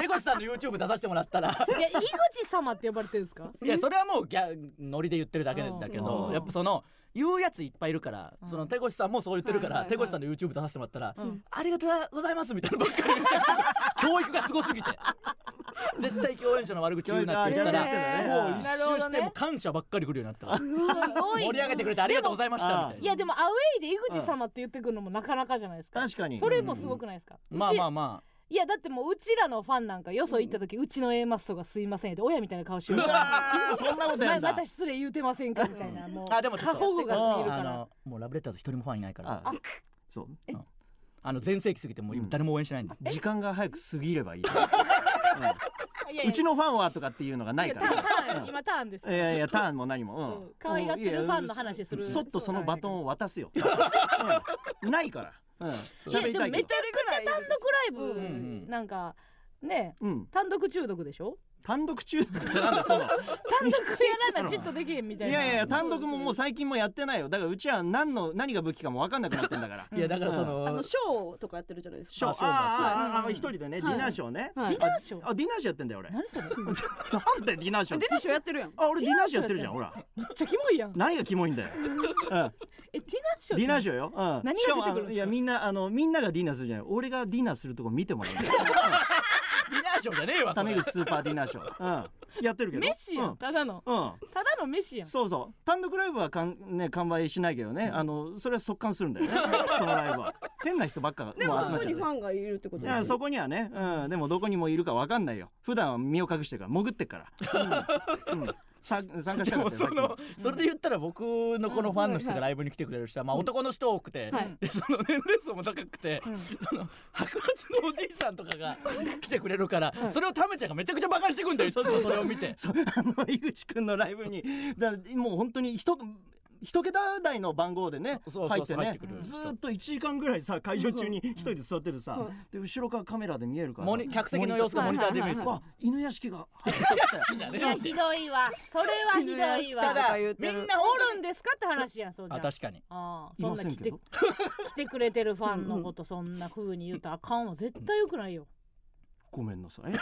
E: 手越さんの YouTube 出させてもらったら
B: いや井口様って呼ばれてるんですか
E: いやそれはもうギャノリで言ってるだけ
B: うん
E: だけど、
D: うん
E: やっぱその言うやついっぱいいるから、その手越さんもそう言ってるから、
F: はいはいはい
E: 手越さんの YouTube 出させてもらったら、
B: ん
E: ありがとうございますみたいなばっかり言っちゃう教育がすごすぎて絶対共演者の悪口言うなって言ったら
D: 教育が教育が
E: もう一周してもう感謝ばっかり来るようになったら、
B: すごいな
E: 盛り上げてくれてありがとうございました
D: あ
E: みたい
B: い
E: な。
B: やでもアウェイで井口様って言ってくるのもなかなかじゃないですか
D: 確かに
B: それもすごくないですか、うち
E: まあまあま
B: いやだってもううちらのファンなんかよそ行った時、うちの A マッソがすいませんって親みたいな顔して [LAUGHS]
D: う
B: る
D: わ
B: か
D: ー [LAUGHS] そんなこと
B: ら
D: や
B: ま
D: んだ、
B: 私失礼言うてませんかみたいなもう
E: あでもちょっ
B: 過
E: と
B: 保護が過ぎる
E: あ、
B: から
E: あのもうラブレターズ一人もファンいないから、
D: あそう
E: あの全盛期過ぎてもう今誰も応援しないんだ。
D: 時間が早く過ぎ
B: [LAUGHS]
D: ればいい、
B: いやいや
D: うちのファンはとかっていうのがない
B: いや
D: か
B: ターン
D: ら
B: ターン今ターンです
D: いやいやターンも何も、
B: う
D: うん
B: ん、可愛がってるファンの話する
D: うんそっとそのバトンを渡すよ、うんないから、うん、
B: いや
D: 喋
B: で
D: りた
B: も
D: い
B: め
D: け
B: ちゃ
D: ど
B: くちゃ単独ライブ、
E: うん
B: なんかね
D: うん
B: 単独中毒でしょ
D: 単独中毒ってなんだその
B: 単独やらなちっとできへんみたい
D: い
B: な
D: やいやいや単独ももう最近もやってないよだからうちは何の何が武器かも分かんなくなってんだから
E: いやだからそ
F: あ
E: の
F: のショーとかやってるじゃないですか
D: ショー
E: あショーもやってる
D: あーあーあー一人でねディナーショーね
F: はい
B: ディナーショー
D: あディナーショーやってんだよ俺な
B: 何それめっ
D: んでディナーショーっ
F: 出
D: て
F: たショーやってるやん
D: あ俺ディナーショーやってるじゃん
B: デ
D: ほら
B: ちゃキモい
D: [LAUGHS]
B: やん
D: 何がキモいんだ
B: [LAUGHS]
D: よ、うん、
B: えディナーショー
D: ディナー
B: シ
D: ショーよ、うん、
B: 何が出てくるんですか
D: しもあのいやみんなあのみんながディナーするじゃない俺がディナーするとこ見てもらう
B: [LAUGHS]
D: んだよ
E: ディナーショーじゃねえわ
D: タ
E: そ
D: メ
E: れ。
D: 口スーパーディナーショー、うん、やってるけど
B: 飯やんただの
D: うん、うん
B: ただの飯やん
D: そうそう単独ライブはかん、ね、完売しないけどね、あのそれは速乾するん
E: [LAUGHS]
D: だよねそのライブは変な人ばっかもう集
F: でもそ
D: まっ
F: こ
D: ちゃ
F: に
D: う
F: ファンがいるってこ
D: い
F: とですよ
D: やそこにはね、うん、でもどこにもいるかわかんないよ普段は身を隠してるから潜ってっ
E: [LAUGHS]
D: から、うんうんさ参加し
E: で
D: たか
E: も
D: ったよ
E: そのそれで言ったら僕のこのファンの人がライブに来てくれる人はまあ男の人多くて
F: はい
E: でその年齢層も高くてその白髪のおじいさんとかが来てくれるからそれをタメちゃんがめちゃくちゃ馬鹿にしてくんだよいつもそれを見て
D: さっきそうあの井口くんのライブにだからもう本当に一一桁台の番号でね
E: そうそうそう
D: 入って
E: 入っ
D: ね
E: てくる
D: ずーっと1時間ぐらいさ会場中に一人で座っててさ、で後ろからカメラで見えるからさ
E: モニ客席の様子がモニターで見る
D: わ犬屋敷が入って
E: [LAUGHS]
D: きたよ
B: いやひどいわそれはひどいわ
F: ただ言って
B: み
F: る
B: んなおるんですかって話やんそうじゃ
E: あ
B: ん
E: 確かに
B: ああ
D: い
B: そ
D: ま
B: んな
D: せん
B: 来
D: け
B: て
D: ど
B: 来てくれてるファンのことそんな風に言うとあかんわ絶対よくないよ
D: ごめんなさい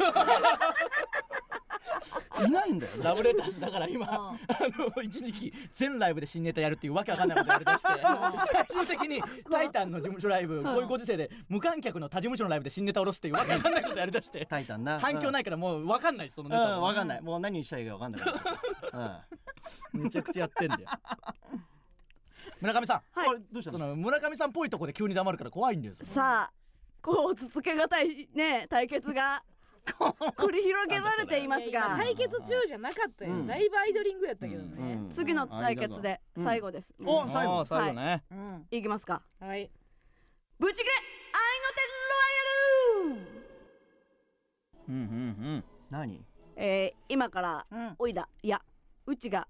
D: [LAUGHS] いないんだよ
E: ラブレターズだから今あの一時期全ライブで新ネタやるっていうわけわかんないことやりだして最終的に「タイタン」の事務所ライブこういうご時世で無観客の他事務所のライブで新ネタ下ろすっていうわけわかんないことやりだして
D: タイタンな
E: 反響
D: い
E: ないからもうわかんないですその
D: う
E: ネタ
D: ん、
E: も
D: わかんない。もう何したらいいかわかんないから。
E: めちゃくちゃやってんだよ [LAUGHS] 村上さん
D: うん。あれどうした
E: そ
D: の？
E: の村上さんっぽいとこで急に黙るから怖いんだよそれ
F: さあこう続けがたいね対決 [LAUGHS] が繰り広げられています
B: いや今
F: が
B: 対決中じゃなかったよ、
D: うん
B: だいぶアイドリングやったけど
D: う
B: ね
D: ん
F: 次の対決で最後です、
D: お最
E: も
D: 後
E: う。最後ね
B: うん、
F: いきますか
B: はい
F: ぶち切れ愛の手ロワイヤル
E: うんうん
D: 何？
F: えー、今から、
B: うん
F: おいだいやうちが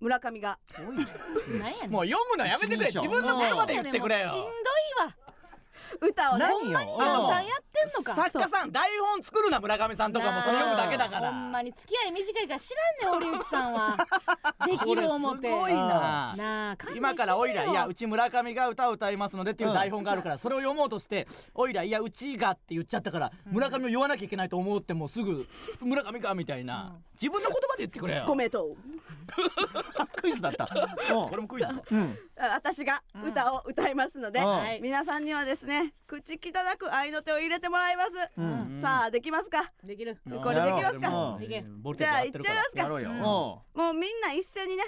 F: 村上が
B: 何やね
E: うん
B: ん
E: もう読むのやめてくれ
D: 一人称
E: 自分の言葉で言ってくれ
B: しんど
E: よ
F: 歌をね
D: 何よ
B: や
D: あの
B: やってんのか
E: 作家さん台本作るな村上さんとかもそれ読むだけだか
B: ほん
E: ら
B: まに付き合い短いから知らんねん堀内さんはでき
E: これ
B: る
E: す
B: 思って
E: ごいな
B: なあ勘弁してよ
E: 今からオイラいやうち村上が歌を歌いますのでっていう台本があるからそれを読もうとしてオイラいやうちがって言っちゃったから村上を言わなきゃいけないと思ってもうすぐ村上かみたいな自分の言葉で言ってくれよ
F: ごめんと
E: クイズだった
D: うん
E: これもクイズか
D: うん
F: あ私が歌を歌いますので、
D: うん
B: はい
F: 皆さんにはですね口汚く愛の手を入れてもらいます、
D: うん
F: さあできますか
B: できる
F: これできま
D: やろ
F: すか
D: う
E: うん
B: いけ
E: ボルテ
F: じ
E: ージ
F: ゃあ
E: 上がっ
F: いっ
E: てる
F: ち
E: か
F: ゃ
E: ら
F: います
D: や
F: か
D: ろうよ
F: もうみんな一斉にね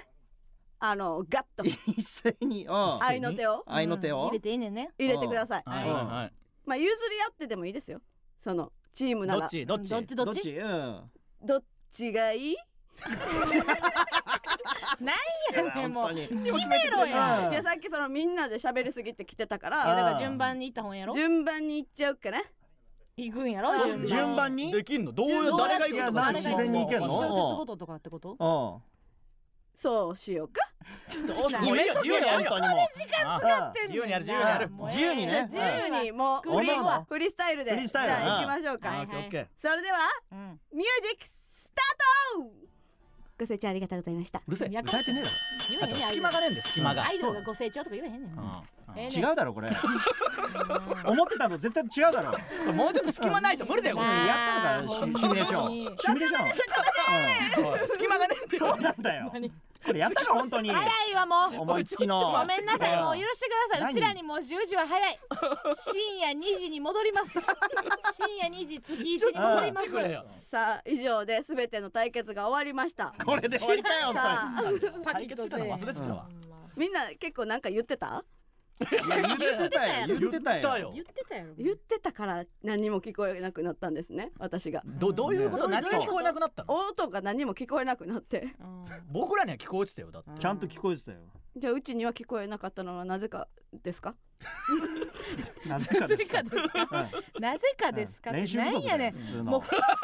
F: あのガッと
D: うん一斉にうん
F: 愛の手を
D: 愛の手
B: うん
D: を
B: 入れていいねんね
F: 入れてください、
D: ん
E: はいはいはい
F: まあ譲り合ってでもいいですよそのチームな
E: ど
F: ら
E: っちどっち
B: どっちどっち
D: うん
F: どっちがいい
B: なんやねんもう
D: 本当に
B: 決めろや
F: いやさっきそのみんなで喋りすぎて来てたか
B: いや
F: ら
B: だから順番に行った本やろ
F: 順番にいっちゃうかね
B: 行くんやろ
D: あ
B: 順番
D: 順番に
E: できんのどう
B: どうや
E: 誰
B: って
E: が行くと
D: いや
E: か
D: 誰
B: が
D: 自然に行けんの
B: 一小節ごととかってこと
D: うん
F: そうしようか
E: もういいよ自由にやるよ
D: 本当にもう
E: あ
D: 使っ
E: 自由にやる自由にやる
B: もうええ
D: 自由にね
F: じゃあ自由にもう
D: お
F: フリ
D: 前
F: ー
D: も
F: フリースタイルで
D: フリースタイル
F: じゃあ行きましょうか、
B: はい
E: オッケーオッケー
F: それでは
B: うん
F: ミュージックスタートご清聴ありがとうございました
E: うるせえ
B: いや
E: 歌えてねえだ
B: 言
E: ろ
B: え
E: あ
B: へんねん
E: と隙間がねえんだよ隙間が
B: アイドルがご成長とか言えへんねんもう
E: うん
B: ええねん
D: 違うだろこれ [LAUGHS] 思ってたの絶対違うだろ
E: これもうちょっと隙間ないと無理だよこっち
B: あー
D: やったのか
B: ほんまに
D: よシシミュレーションシミュレーション
E: 隙間がねえんだ
D: うん
E: よ
D: そうなんだよ
B: ほんまに
D: これやったか本当に
B: 早いわもう
D: 思いつきの
B: ごめんなさいもう許
D: し
B: してくださいう
D: 何
B: ちらにもう10時は早い深夜2時に戻ります
D: [LAUGHS]
B: 深夜2時月1に戻ります
E: くれよ
F: さあ以上で全ての対決が終わりました
D: これで終わりかよ
F: さ
D: 本当に
F: あ
B: パキ
E: 解
B: ッ
E: 決
B: とせ
E: した
B: え
E: の忘れてたわ
F: みんな結構なんか言ってた
D: 言ってたよ言ってた
E: よ
D: よ
B: 言ってたやろ
F: 言ってたから何も聞こえなくなったんですね私が
E: どどういうこと
F: ね
E: 何が聞こえなくなったの
F: 音が何も聞こえなくなって
B: うん
E: 僕らには聞こえてたよだって
D: ちゃんと聞こえてたよ
F: じゃあうちには聞こえなかったのはなぜかで
D: [LAUGHS]
F: すか
D: なぜかですか
B: [LAUGHS] なぜか
D: うん
B: ですか
D: う
B: って
D: ん練習
B: なん
D: 不足
B: や
D: だ
B: ね
D: よ
B: ん
D: 普通の
B: もう太しで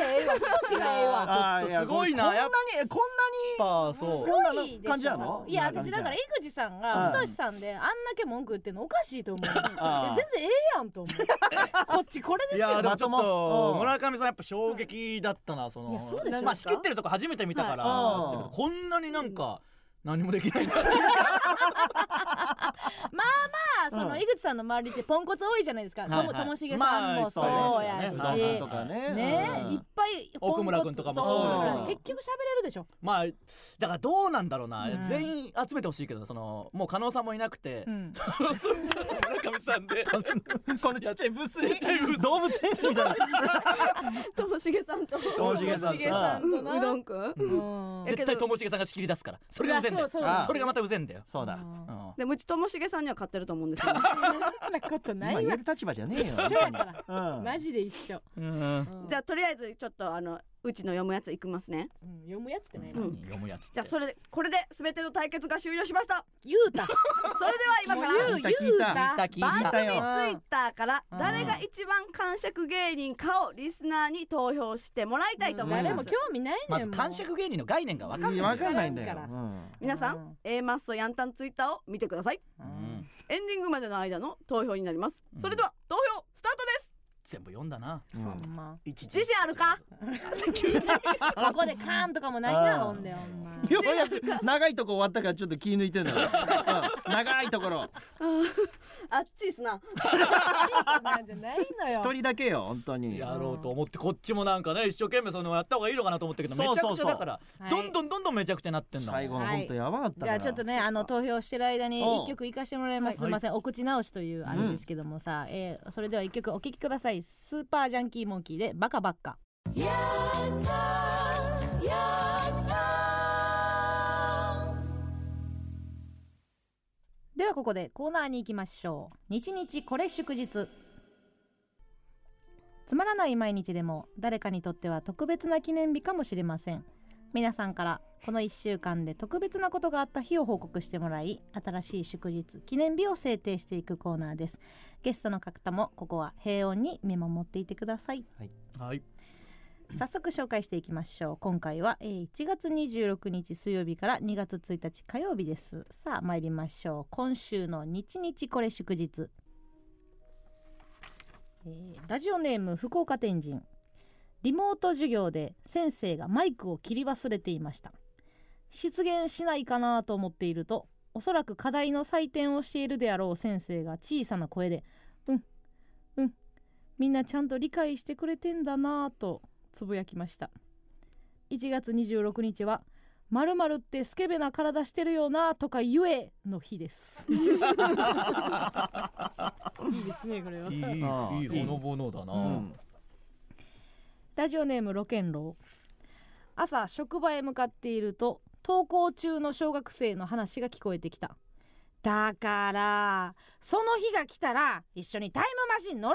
B: ええわ太しでええわ
D: あー
E: ちょっとすごいな
D: や
E: やっ
D: こんなにこんなに
E: そう
D: こんな
B: すごいでしょ
D: 感じなの
B: いや私だから井口さんが
D: うん
B: 太さんであんだけ文句言ってんのおかしいと思ういや
D: あ
B: 全
D: ー
B: 然ええやん
D: [LAUGHS]
B: と思うこっちこれで
E: い
B: すよ
E: やでもちょっ
D: まと
E: と
D: も
E: 村上さんやっぱ衝撃だったなそ
B: い
E: の
B: やそうでしょ
E: まあ仕切ってるとこ初めて見たから
D: はい
E: だけどこんなになんか何もできない [LAUGHS]
B: まあその井口さんの周りってポンコツ多いじゃないですかと
E: はい
B: も
E: はい
B: ともしげさんもそうやし
E: まあそうですよ
D: とかね
B: ね
D: うん
B: いっぱいポンコツ
E: 奥村君とかも
B: そう
D: そう
B: 奥村
D: うん
B: 君結局喋れるでしょ
E: まあだからどうなんだろうな、
B: うん
E: 全員集めてほしいけどそのもう加納さんもいなくて、
B: うん
E: 村上さんで
D: [LAUGHS] このちっちゃいブースに動物園みたいな
F: ともしげさんと
D: ともしげさん
B: とな
F: うどんくん
B: うん
F: え
E: 絶対ともしげさんが仕切り出すからそれがうぜんだよ
B: そう
E: そ
B: そう
D: あ
E: れがまたうぜんだよ、
D: そうだ
B: うん
E: うん
F: でもうちともしげさんには勝ってると思うんですよね
B: そんなことな
D: 今
B: い
D: 言
B: わ
D: える立場じゃねえよ
B: 一緒やから
D: うん
B: マジで一緒
E: うん
F: じゃあとりあえずちょっとあのうちの読むやついきますね
B: うん読むやつってない
F: うん
E: 読むやつって
F: じゃあそれでこれで全ての対決が終了しました
B: 言うた
F: それでは今から
D: 聞いた聞いた
E: 聞いた聞い
D: 聞い
E: た
D: たよ
F: ツイッターから誰が一番感触芸人かをリスナーに投票してもらいたいと思い
B: 誰
F: ま
B: も
F: す
B: 興味ない
E: ま
B: ね
E: ず
B: んもう
E: 感触芸人の概念が分かんない
D: わかんないんだ
B: わ
D: よ
B: からんか
F: 皆さ
B: うんん
F: A マッソヤンタンツイッターを見てください
E: うん
F: エンディングまでの間の投票になります
E: うん
F: それでは投票スタートです
E: 全部読んだな
D: うんうん
B: ほんま
E: 一
F: 自信あるか
B: ここでカーンとかもないなほんでほんま
D: ようやく長いとこ終わったからちょっと気抜いてんだよ、うん長いところ
F: あっちいっすな
B: なんじゃないのよ
D: 一人だけよ本当に
E: やろうと思ってこっちもなんかね一生懸命そのやった方がいいのかなと思ったけどめちゃ
D: そ
E: く
D: う
E: ちゃ
D: そうそう
E: だから
B: はい
E: どんどんどんどんめちゃくちゃなってんだ
D: 最後の本当やばかったか
B: じゃ
D: ら、
B: あちょっとねあの投票してる間に
D: うん
B: 一曲いかしてもらいます、
E: はい
B: すいませんお口直しというあれですけどもさ、えーそれでは一曲お聴きくださいスーパージャンキーモンキーでバカバッカではここでコーナーに行きましょう日日これ祝日つまらない毎日でも誰かにとっては特別な記念日かもしれません皆さんからこの1週間で特別なことがあった日を報告してもらい新しい祝日記念日を制定していくコーナーですゲストの方もここは平穏に見守っていてください
E: はい
B: 早速紹介していきましょう今回は、えー1月26日水曜日から2月1日火曜日ですさあ参りましょう今週の日日これ祝日えーラジオネーム福岡天神リモート授業で先生がマイクを切り忘れていました失言しないかなと思っているとおそらく課題の採点をしているであろう先生が小さな声で「うんうんみんなちゃんと理解してくれてんだなぁ」とつぶやきました1月26日は「まるってスケベな体してるよな」とか言えの日です
E: [LAUGHS]
B: いいですねこれはい
E: い
D: あー
E: いいほのぼのだな、 [LAUGHS]
D: うん
B: ラジオネームロケンロウ朝職場へ向かっていると登校中の小学生の話が聞こえてきただからその日が来たら一緒にタイムマシン乗ろ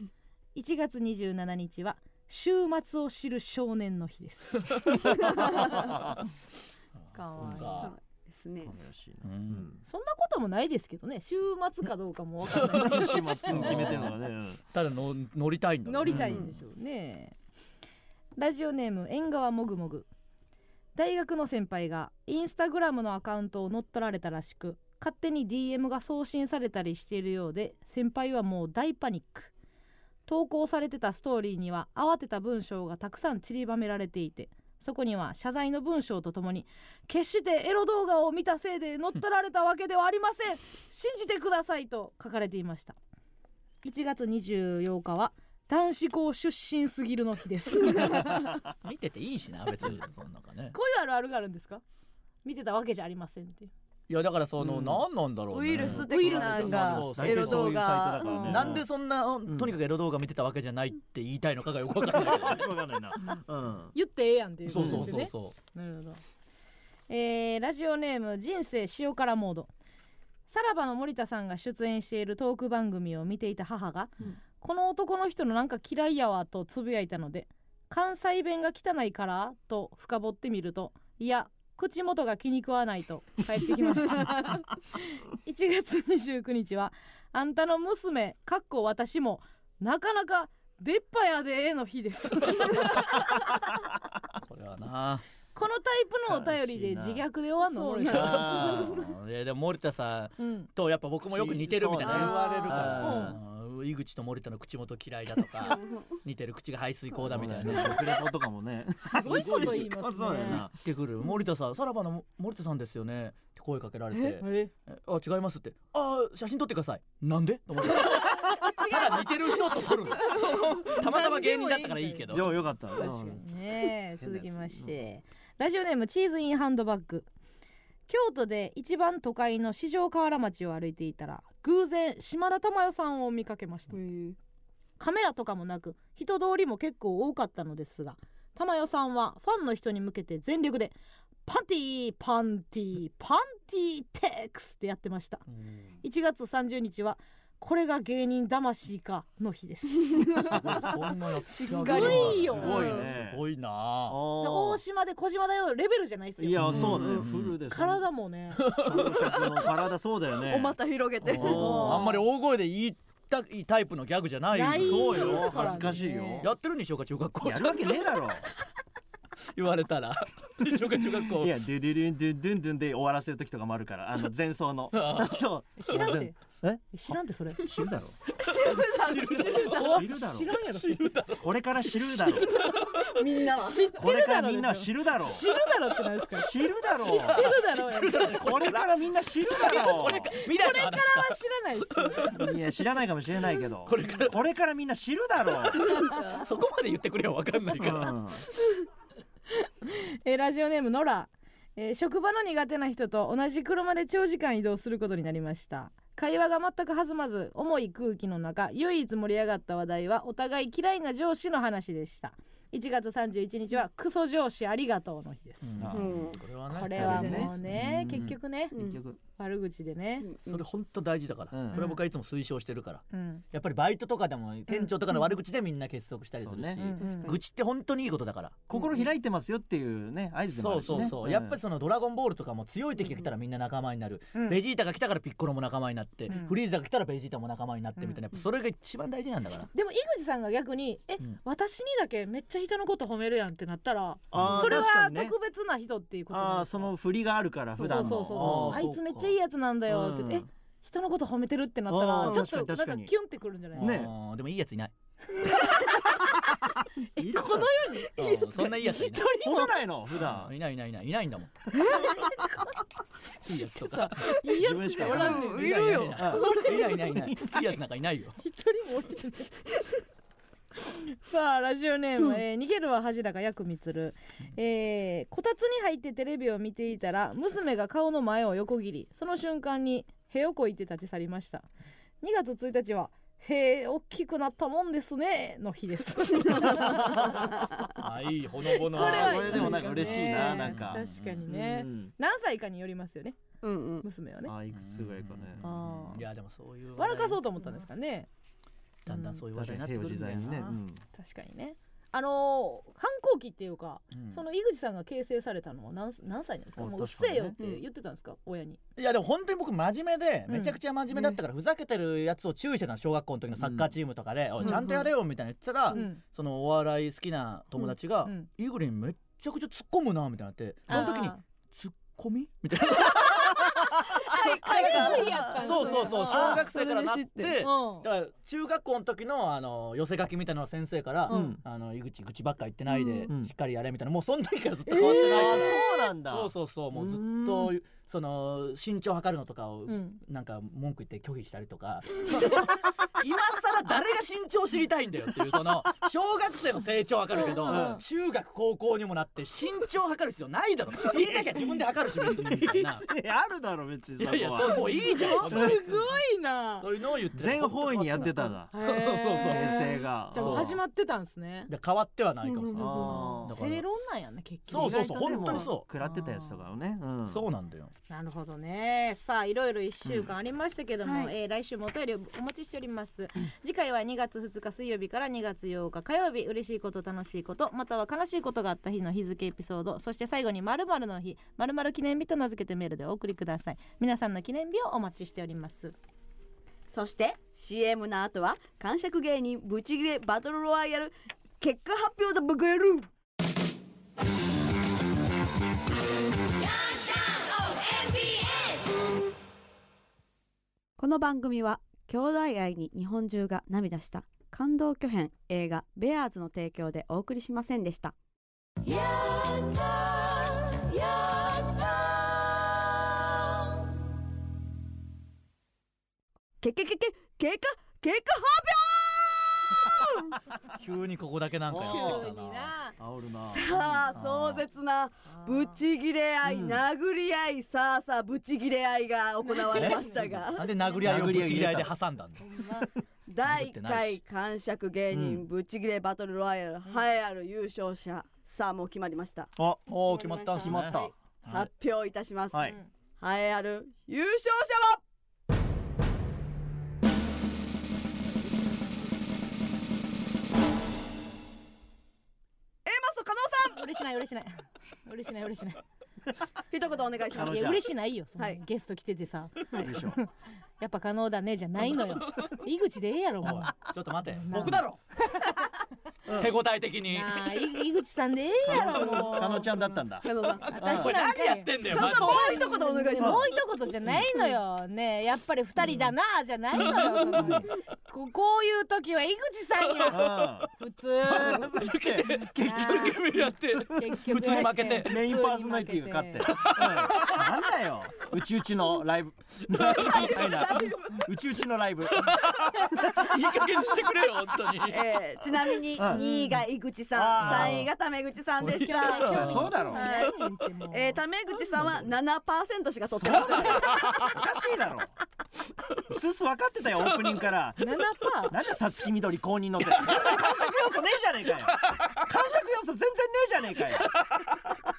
B: うな1月27日は週末を知る少年の日です [LAUGHS] かわいい
E: か
F: ですね
E: うん
B: そんなこともないですけどね週末かどうかもわかんない
D: 週末に決めてるのがねうん
E: ただの乗りたいんだね
B: 乗りたいんでしょうね、ラジオネーム縁側もぐもぐ大学の先輩がインスタグラムのアカウントを乗っ取られたらしく勝手に DM が送信されたりしているようで先輩はもう大パニック投稿されてたストーリーには慌てた文章がたくさん散りばめられていてそこには謝罪の文章とともに決してエロ動画を見たせいで乗っ取られたわけではありません信じてくださいと書かれていました1月24日は男子校出身すぎるの日 [LAUGHS] ですこういう
E: 見てていいしな別にそんなんかね
B: あるあるがあるんですか見てたわけじゃありませんっていう
E: いやだからその、
D: うん
E: 何なんだろう、ね、
F: ウイルス
B: 的なの
F: 的なん
B: が
F: が
E: そうそう
D: 大
F: エロ
D: 体そう
F: 動
D: いうサイ
F: 画
D: トだからね
E: なんでそんな、とにかくエロ動画見てたわけじゃないって言いたいのかがよくわかんないけどね
D: わかんないな [LAUGHS] うん
B: 言ってええやんっていうこ
E: そ
B: と
E: うそ
B: で
E: う
B: す
E: そ
B: よね
E: うそ
B: なるほど、えーラジオネーム人生塩辛モードさらばの森田さんが出演しているトーク番組を見ていた母が、この男の人のなんか嫌いやわとつぶやいたので関西弁が汚いからと深掘ってみるといや口元が気に食わないと帰ってきました [LAUGHS] 1月29日はあんたの娘かっこ私もなかなか出っ歯やでーの日です
E: うこれはな
B: このタイプのお便りで自虐で終わんの森田さん
D: あ
E: いやでも森田さん
B: うん
E: とやっぱ僕もよく似てるみたいな
D: そうね
E: 言われるから
D: う
E: うん井口と森田の口元嫌いだとか似てる口が排水口だみたいな
D: そうね食レポとかもね
B: すごいこと言います
D: そうだよ
B: ね。
D: な
E: 言ってくる森田さんさらばの森田さんですよねって声かけられて
B: え
E: えあ違いますってあー写真撮ってくださいなんでと思ってただ似てる人と撮るのそうたまたま芸人だったからいいけど
D: じゃあよかった
B: 確かにね続きましてラジオネームチーズインハンドバッグ京都で一番都会の四条河原町を歩いていたら偶然島田珠代さんを見かけましたカメラとかもなく人通りも結構多かったのですが珠代さんはファンの人に向けて全力で「パンティーパンティーパンティーテックス」ってやってました
E: うん
B: 1月30日はこれが芸人魂かの日 [LAUGHS] です
E: すごいそんなやつ
B: すごいよ
D: すごいね
E: すごいなあ
D: あー
B: 大島で小島だよレベルじゃないですよ
D: いやそうね
E: うん
D: フルで
B: 体もね
D: 朝食の体そうだよね
F: お股広げて
D: おー
E: あんまり大声で言いたいタイプのギャグじゃない
B: ない
D: そう
B: いいです
D: よ
B: からね
D: 恥ずかしいよ
E: やってるにしようか中学校
D: やるわけねえだろ
E: 言われ [LAUGHS] たら西岡中学校
D: いやドゥドゥドゥンドゥンドゥンドゥンで終わらせる時とかもあるからあの前奏のそう
B: 知らんて
D: え
B: 知らんてそれ知
D: 知るだろ
B: らんやろそれ知
D: 知るだろ
B: る
D: これから知るだろ
F: みんなは
D: これからみんなは知るだろ
B: 知るだろってなんですか
D: 知るだろ
B: 知ってるだろやこれからは
D: これからみんな知るだろ
E: 未来の話か
B: 知らないですよ
D: いや知らないかもしれないけど
E: これから
D: これからみんな知るだろ
E: そこまで言ってくれよ分かんないから、 [LAUGHS]
D: うん
B: えーラジオネームノラ、えー職場の苦手な人と同じ車で長時間移動することになりました会話が全く弾まず重い空気の中唯一盛り上がった話題はお互い嫌いな上司の話でした1月31日はクソ上司ありがとうの日です、
E: うん
D: あ
F: うん
E: これはね
B: これは
D: それで
B: もうね
D: うん
B: 結局ね
F: うん
D: 結局
B: 悪口でね、
E: それ本当大事だから、
D: うん
E: これ僕はいつも推奨してるから
B: うん
E: やっぱりバイトとかでも店長とかの悪口でみんな結束したりするし、
D: そうね
B: うんうん
E: 愚痴って本当にいいことだから、
D: 心開いてますよっていうね合図でもあ
E: そう
D: るし
E: そうそ
D: ね
E: う、やっぱり
D: り
E: その「ドラゴンボール」とかも強い敵が来たらみんな仲間になる、
B: うん
E: ベジータが来たからピッコロも仲間になって、
B: うん
E: フリーザが来たらベジータも仲間になってみたいなやっぱそれが一番大事なんだから、
B: でも井口さんが逆に「え、
E: ん
B: 私にだけめっちゃ人のこと褒めるやん」ってなったら
D: あー
B: それ
D: 確
B: は
D: かにね
B: 特別な人っていうことなん
D: あ
B: で
D: あ
B: すか
D: その振りがあるから普段の
B: そうそうそうそう
E: あー
B: あいつめっちゃいいやつなんだよって言って、
D: うん
B: え人のこと褒めてるってなったら
D: あー
B: ちょっとなん
D: 確かに確
B: か
D: かに
B: キュンってくるんじゃないですか
D: ね
E: あーでもいいやついない
D: いるか
B: この世に
E: あーそん [LAUGHS] ないいやついない
D: 褒めないの普
E: あ
D: 段
E: ーいないいないいないいないん [LAUGHS] だもんいいやつとか
B: いいやつしかおらんねん
E: いるよいないいないいないいないいいやつなんかいないよ
B: 一人もおれて [LAUGHS] ないさあラジオネーム、えー逃げるは恥だがやくみつる、えーこたつに入ってテレビを見ていたら娘が顔の前を横切りその瞬間にへをこいて立ち去りました2月1日はへえ大きくなったもんですねの日です
E: あーいいほのぼの
D: これは
E: あー
D: でもなんか嬉しいな
B: ね
D: なんか
B: 確かにね、
D: うん
B: 何歳かによりますよね
A: うんうん
B: 娘はね
D: あーいくつぐらいかね
B: あー
E: いやでもそういう話題
B: 笑かそうと思ったんですかね
E: だんだんそういう話題
D: 確か
E: に
D: に
E: なってく
D: 平和
E: る
D: 自
E: んだよ
D: 在にね
E: な
D: うん
B: 確かにねあのー反抗期っていうか
E: うん
B: その井口さんが形成されたのは何す何歳なんですか
D: あ
B: もううっ
D: 確か
B: せ
D: に
B: え
D: ね
B: よって言ってたんですか、親に
E: いやでも本当に僕真面目で
B: うん
E: めちゃくちゃ真面目だったからふざけてるやつを注意してたの小学校の時のサッカーチームとかで「おいちゃんとやれよ」みたいな言ってたら
B: ん
E: そのお笑い好きな友達が
B: うん
E: 「イグリンめっちゃくちゃ突っ込むな」みたいになってその時に
B: あ
E: 「ツッコミ?」 [LAUGHS] みたいなそうそうそう小学生からなって
B: ー
E: だから中学校の時のあの寄せ書きみたいなのを先生から
B: うん
D: うん
E: あの井口口ばっか言ってないで
D: うん
E: しっかりやれみたいなもうその時からずっと変わってない
D: あそうなんだ [LAUGHS]
E: そうそうそうもうずっとその身長測るのとかを
B: うん
E: なんか文句言って拒否したりとか [LAUGHS] 今更誰が身長知りたいんだよっていうそ [LAUGHS] の小学生の成長わかるけど
D: うん
E: 中学高校にもなって身長測る必要ないだろ知りたきゃ自分で測るし別にみたいな
D: いやあるだろ別に
E: [LAUGHS] い
D: そこ
E: や
D: はい
E: やそうもういいじゃん
B: すごいな
E: そういうのを言って
D: 全方位にやってたんだ
B: そう
E: そうそうそう
D: 平成が
B: じゃあもう
E: そう
B: 始まってたんですね
E: だから変わってはないかもしれない
D: あ
E: だ
D: ー
E: から
B: 正論なんやね結
E: そう
B: 局
E: そうそう本当に
D: でも
E: そ
D: 食らってたやつとかをねうん
E: うそうなんだよ
B: なるほどねさあいろいろ1週間ありましたけども、
J: はい
B: えー来週もお便りをお待ちしております、次回は2月2日水曜日から2月8日火曜日嬉しいこと楽しいことまたは悲しいことがあった日の日付エピソードそして最後に〇〇の日〇〇記念日と名付けてメールでお送りください皆さんの記念日をお待ちしております
A: そして CM の後は感触芸人ブチギレバトルロワイヤル結果発表だブクエルこの番組は兄弟愛に日本中が涙した感動巨編映画ベアーズの提供でお送りしませんでしたけけけけ結果結果発
E: 急にここだけなんかやってきたな
D: 煽るな
A: さあ壮絶なブチギレ合い、殴り合いさあさあブチギレ合いが行われましたが
E: なんで殴り合いをぶち切り合いで挟んだんだ
A: 第1
E: 殴ってない
A: 回
E: し
A: 感触芸人、ブチギレバトルロワイヤル栄えある優勝者、さあもう決まりました
D: あ
E: おお決まったんす
D: 決
E: ね
D: まった
E: はい
A: 発表いたします、
D: はい
A: 栄えある優勝者はエマソ加納さん
B: 嬉しない嬉しない嬉しない嬉しない
A: 一言お願いしま
D: あ
A: す
B: い
D: のじゃ
B: や
D: あ
B: 嬉しないよそんな
A: はい
B: ゲスト来ててさ
D: いいでしょ
E: [LAUGHS]
B: やっぱ可能だねじゃないの [LAUGHS] よ井口でええやろもう
E: おいちょっと待て僕だ [LAUGHS] ろ手応え的に
B: なあい井口さんでええやろもう
D: かのちゃんだったんだ
A: 加納さん加
B: 私
E: これ
B: なん
E: 何
B: か
E: や
B: や
E: ってんだよ
A: 納さんもう一言お願いします
B: もう一言じゃないのよねえやっぱり二人だなじゃないのよここういう時は井口さん
D: [LAUGHS]
B: や
D: う
B: 普通
D: んそして
B: 結局
E: マジでやって
B: 結局
E: 普通に負けて
D: メインパーソナリティが勝って、うん、なんだようちうちのライブ [LAUGHS] みたいなうちうちのライブ
E: いい加減にしてくれよ本当 [LAUGHS] に
A: えーちなみに
D: ん
A: 2位が井口さん、
D: あー
A: 3位がタメ口さんでし
E: 俺
A: た。
D: そうだろお
A: はい
B: 何人ってもう
A: えー、タメ口さんは7%しか取ってません。
D: かしいだろうすうす分かってたよオープニングから
B: 7パ
D: なんでさつきみどり公認のって感触要素ねえじゃねえかよ感触要素全然ねえじゃねえかよ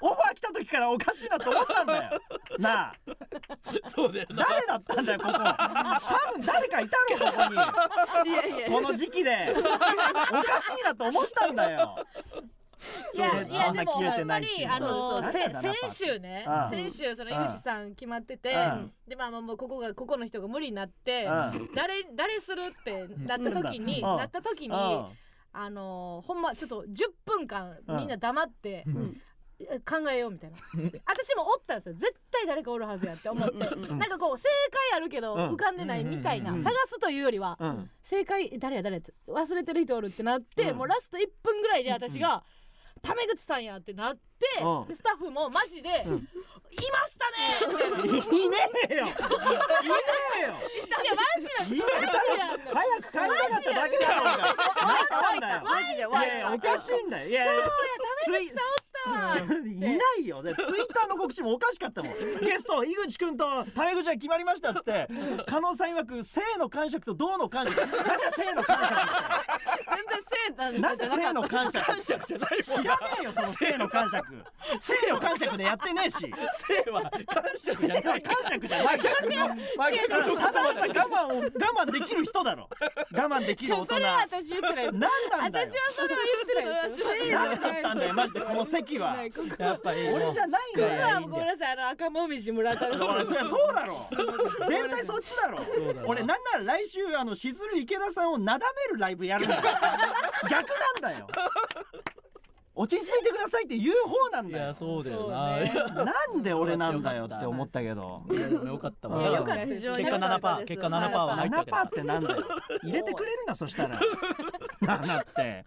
D: オファー来た時からおかしいなと思ったんだよなあ
E: そうだよな
D: 誰だったんだよここ多分誰かいたろここに
A: いやいや。
D: この時期でおかしいなと思ったんだよ。
B: いや
D: そう
B: いやでも
D: そんな消え
B: ほ
D: て
B: んま
D: な
B: に
D: いし
B: あの
D: そう
B: せ
D: なんだな
B: 先週ね
D: ああ
B: 先週その井
D: ああ
B: 口さん決まってて
D: ああ
B: でまあまあもうここがここの人が無理になって
D: ああ
B: 誰誰するってなった時に
D: ああ
B: なった時に
D: うん
B: あのーほんまちょっと10分間みんな黙って、え考えようみたいな私もおったんですよ絶対誰かおるはずやって思ってなんかこう正解あるけど
D: うん
B: 浮かんでないみたいな
D: うんうんうんうん
B: 探すというよりは
D: うん
B: 正解誰や誰やって忘れてる人おるってなって
D: うん
B: もうラスト1分ぐらいで私が「タメ口さんや」ってなって
D: うん
B: でスタッフもマジで「いましたね!」って
D: いねえよいね
B: いやマジやマ
D: えよ
B: ジやんの
D: 早く帰りたかっただけじゃないかなんだよ
A: マジで
D: い
A: ワ
D: やい
A: イ
D: や
A: ド
D: おかしいんだよいやいや
B: そうやタメ口さんおったわ
D: うんいないよでツイッターの告知もおかしかったもんゲスト井口くんとタメ口が決まりましたっつって加納さん曰く性の感触と銅の感触なんで性の感触
A: 全然せいな
D: なんん
A: じゃ
D: で
A: なか
D: 性
A: った
D: の感触
E: 感触じゃないも
D: 知らねえよその性の感触性の感触でやってねえし
E: ん性は感触じゃな
D: 感
E: い
D: 触じゃないから
E: マイクロ
D: ただただ我慢を我慢できる人だろ我慢できる大人
B: それは私言ってないです
D: 何なんだよ
B: 私はそれは言ってないですよ
D: 何だったんだよマジでこの席は
E: やっぱり
D: 俺じゃないん
B: 僕
D: だよ
B: はもうごめんなさいあの赤もみじ村田です
D: だからそりゃそうだろ絶対そっちだろ
E: うだな
D: 俺なんなら来週あのしずる池田さんをなだめるライブやるんだよ逆なんだよ落ち着いてくださいって言う方なん
E: い
D: だ
E: や
D: よ
E: そうだよな
D: なんで俺なんだよって思ったけど
E: よかったわ
A: いや
E: だ
A: よ
E: か
A: からったです
E: 結果7%結果7%は入ったわけ
D: 7%
E: だ
D: ってなんだよ入れてくれるんだそしたら7って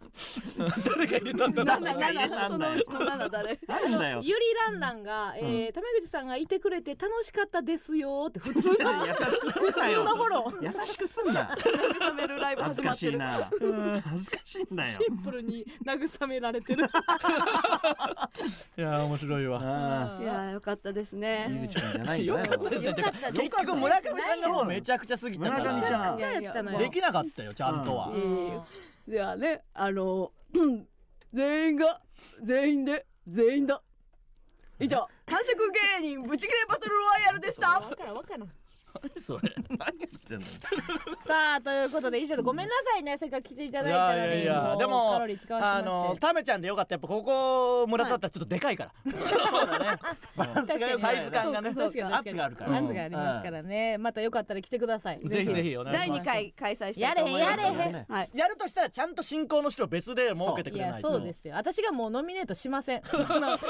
E: 誰が入れたんだろう
D: 7
A: 七
D: 入れた
A: そ
D: んだ
A: のう
D: よ
A: ちの七誰
D: なんだよ
B: ゆりらんらんが、えー、タメ口さんがいてくれて楽しかったですよって普通
D: 優し
B: の
D: くすんなよ
B: 普通のフォロ
D: 優しくすんな
A: 慰めるライブ
D: 恥
A: 始
D: ず
A: ま
D: か
A: って
D: しい
A: る
D: な恥ずかしいんだよ
B: シンプルに慰められてる
E: いや面白いわ
D: あ
A: いやーよかったです
D: あ
A: ね
D: 井口くんじゃないんだ
A: よ
D: よ
A: かったです
E: 結局村上さんがもうめちゃくちゃすぎたか
D: 村上ちゃん
E: ら
B: ちゃやったのよ
E: できなかったよちゃんとは
A: う、ん
F: ではねあの [CLEARS THROAT] 全員が全員で全員だ以上短縮芸人ブチギレバトルロワイヤルでした
B: わからんわからん
E: それ
D: 全部
B: さあということで以上でごめんなさいねせっかく来ていただいたのに
E: いやいやいや
B: う
E: でも
B: カロリー使わ
E: あ
B: せてま
E: の
B: して
E: タメちゃんでよかったやっぱここ村田だったらちょっとでかいから、
B: [LAUGHS] 確かに
E: サイズ感がね
B: そう確かに確かに
D: 圧があるから
B: 圧がありますからねまたよかったら来てください
E: ぜひぜひお願い
A: 第
E: しま
A: 二
E: す
A: 回開催して
B: やれへんやれへ
D: や
B: ん
D: るね
A: はい
E: やるとしたらちゃんと進行の人を別で設けて
B: い
E: くれ
B: や
E: ないと
B: そうですよ私がもうノミネートしません [LAUGHS] そのエント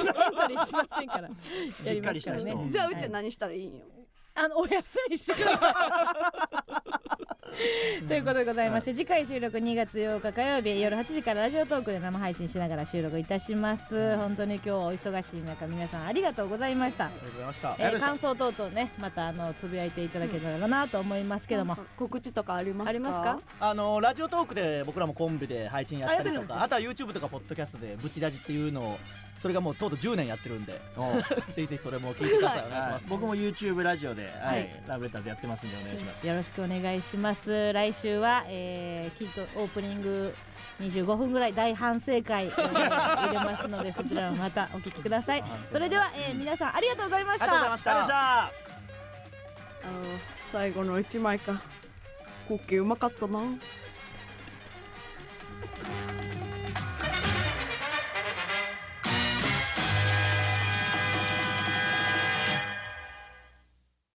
B: リーしませんからやりますから
D: しっかりした
B: ね
D: 人
A: じゃあうちは何したらいいんよ
B: あのお休みしてください。ということでございまして、次回収録2月8日火曜日夜8時からラジオトークで生配信しながら収録いたします。本当に今日お忙しい中皆さんありがとうございました。
E: ありがとうございました
B: えー感想等々ねまたあのつぶやいていただけたらなと思いますけども、
A: 告知とかありますか
B: ありますか？
E: あのラジオトークで僕らもコンビで配信やった
B: あや
E: り
B: ってる
E: と
B: んです
E: かあとは YouTube とかポッドキャストでブチラジっていうのをそれがもうとうとう10年やってるんで [LAUGHS] ぜひぜひそれも聞いてくださいお願いします
D: 僕も YouTube ラジオで、は
B: は
D: い
B: い
D: ラブレターズやってますんでお願いします。
B: よろしくお願いします。来週は、えー、きっとオープニング25分ぐらい大反省会、え
D: [LAUGHS]
B: ー入れますのでそちらもまたお聞きください。それでは、えー皆さんありがとうございまし
E: ありがとうござい
B: た
E: ま。した
D: た。
F: あの最後の一枚かクッキーうまかったな
B: あ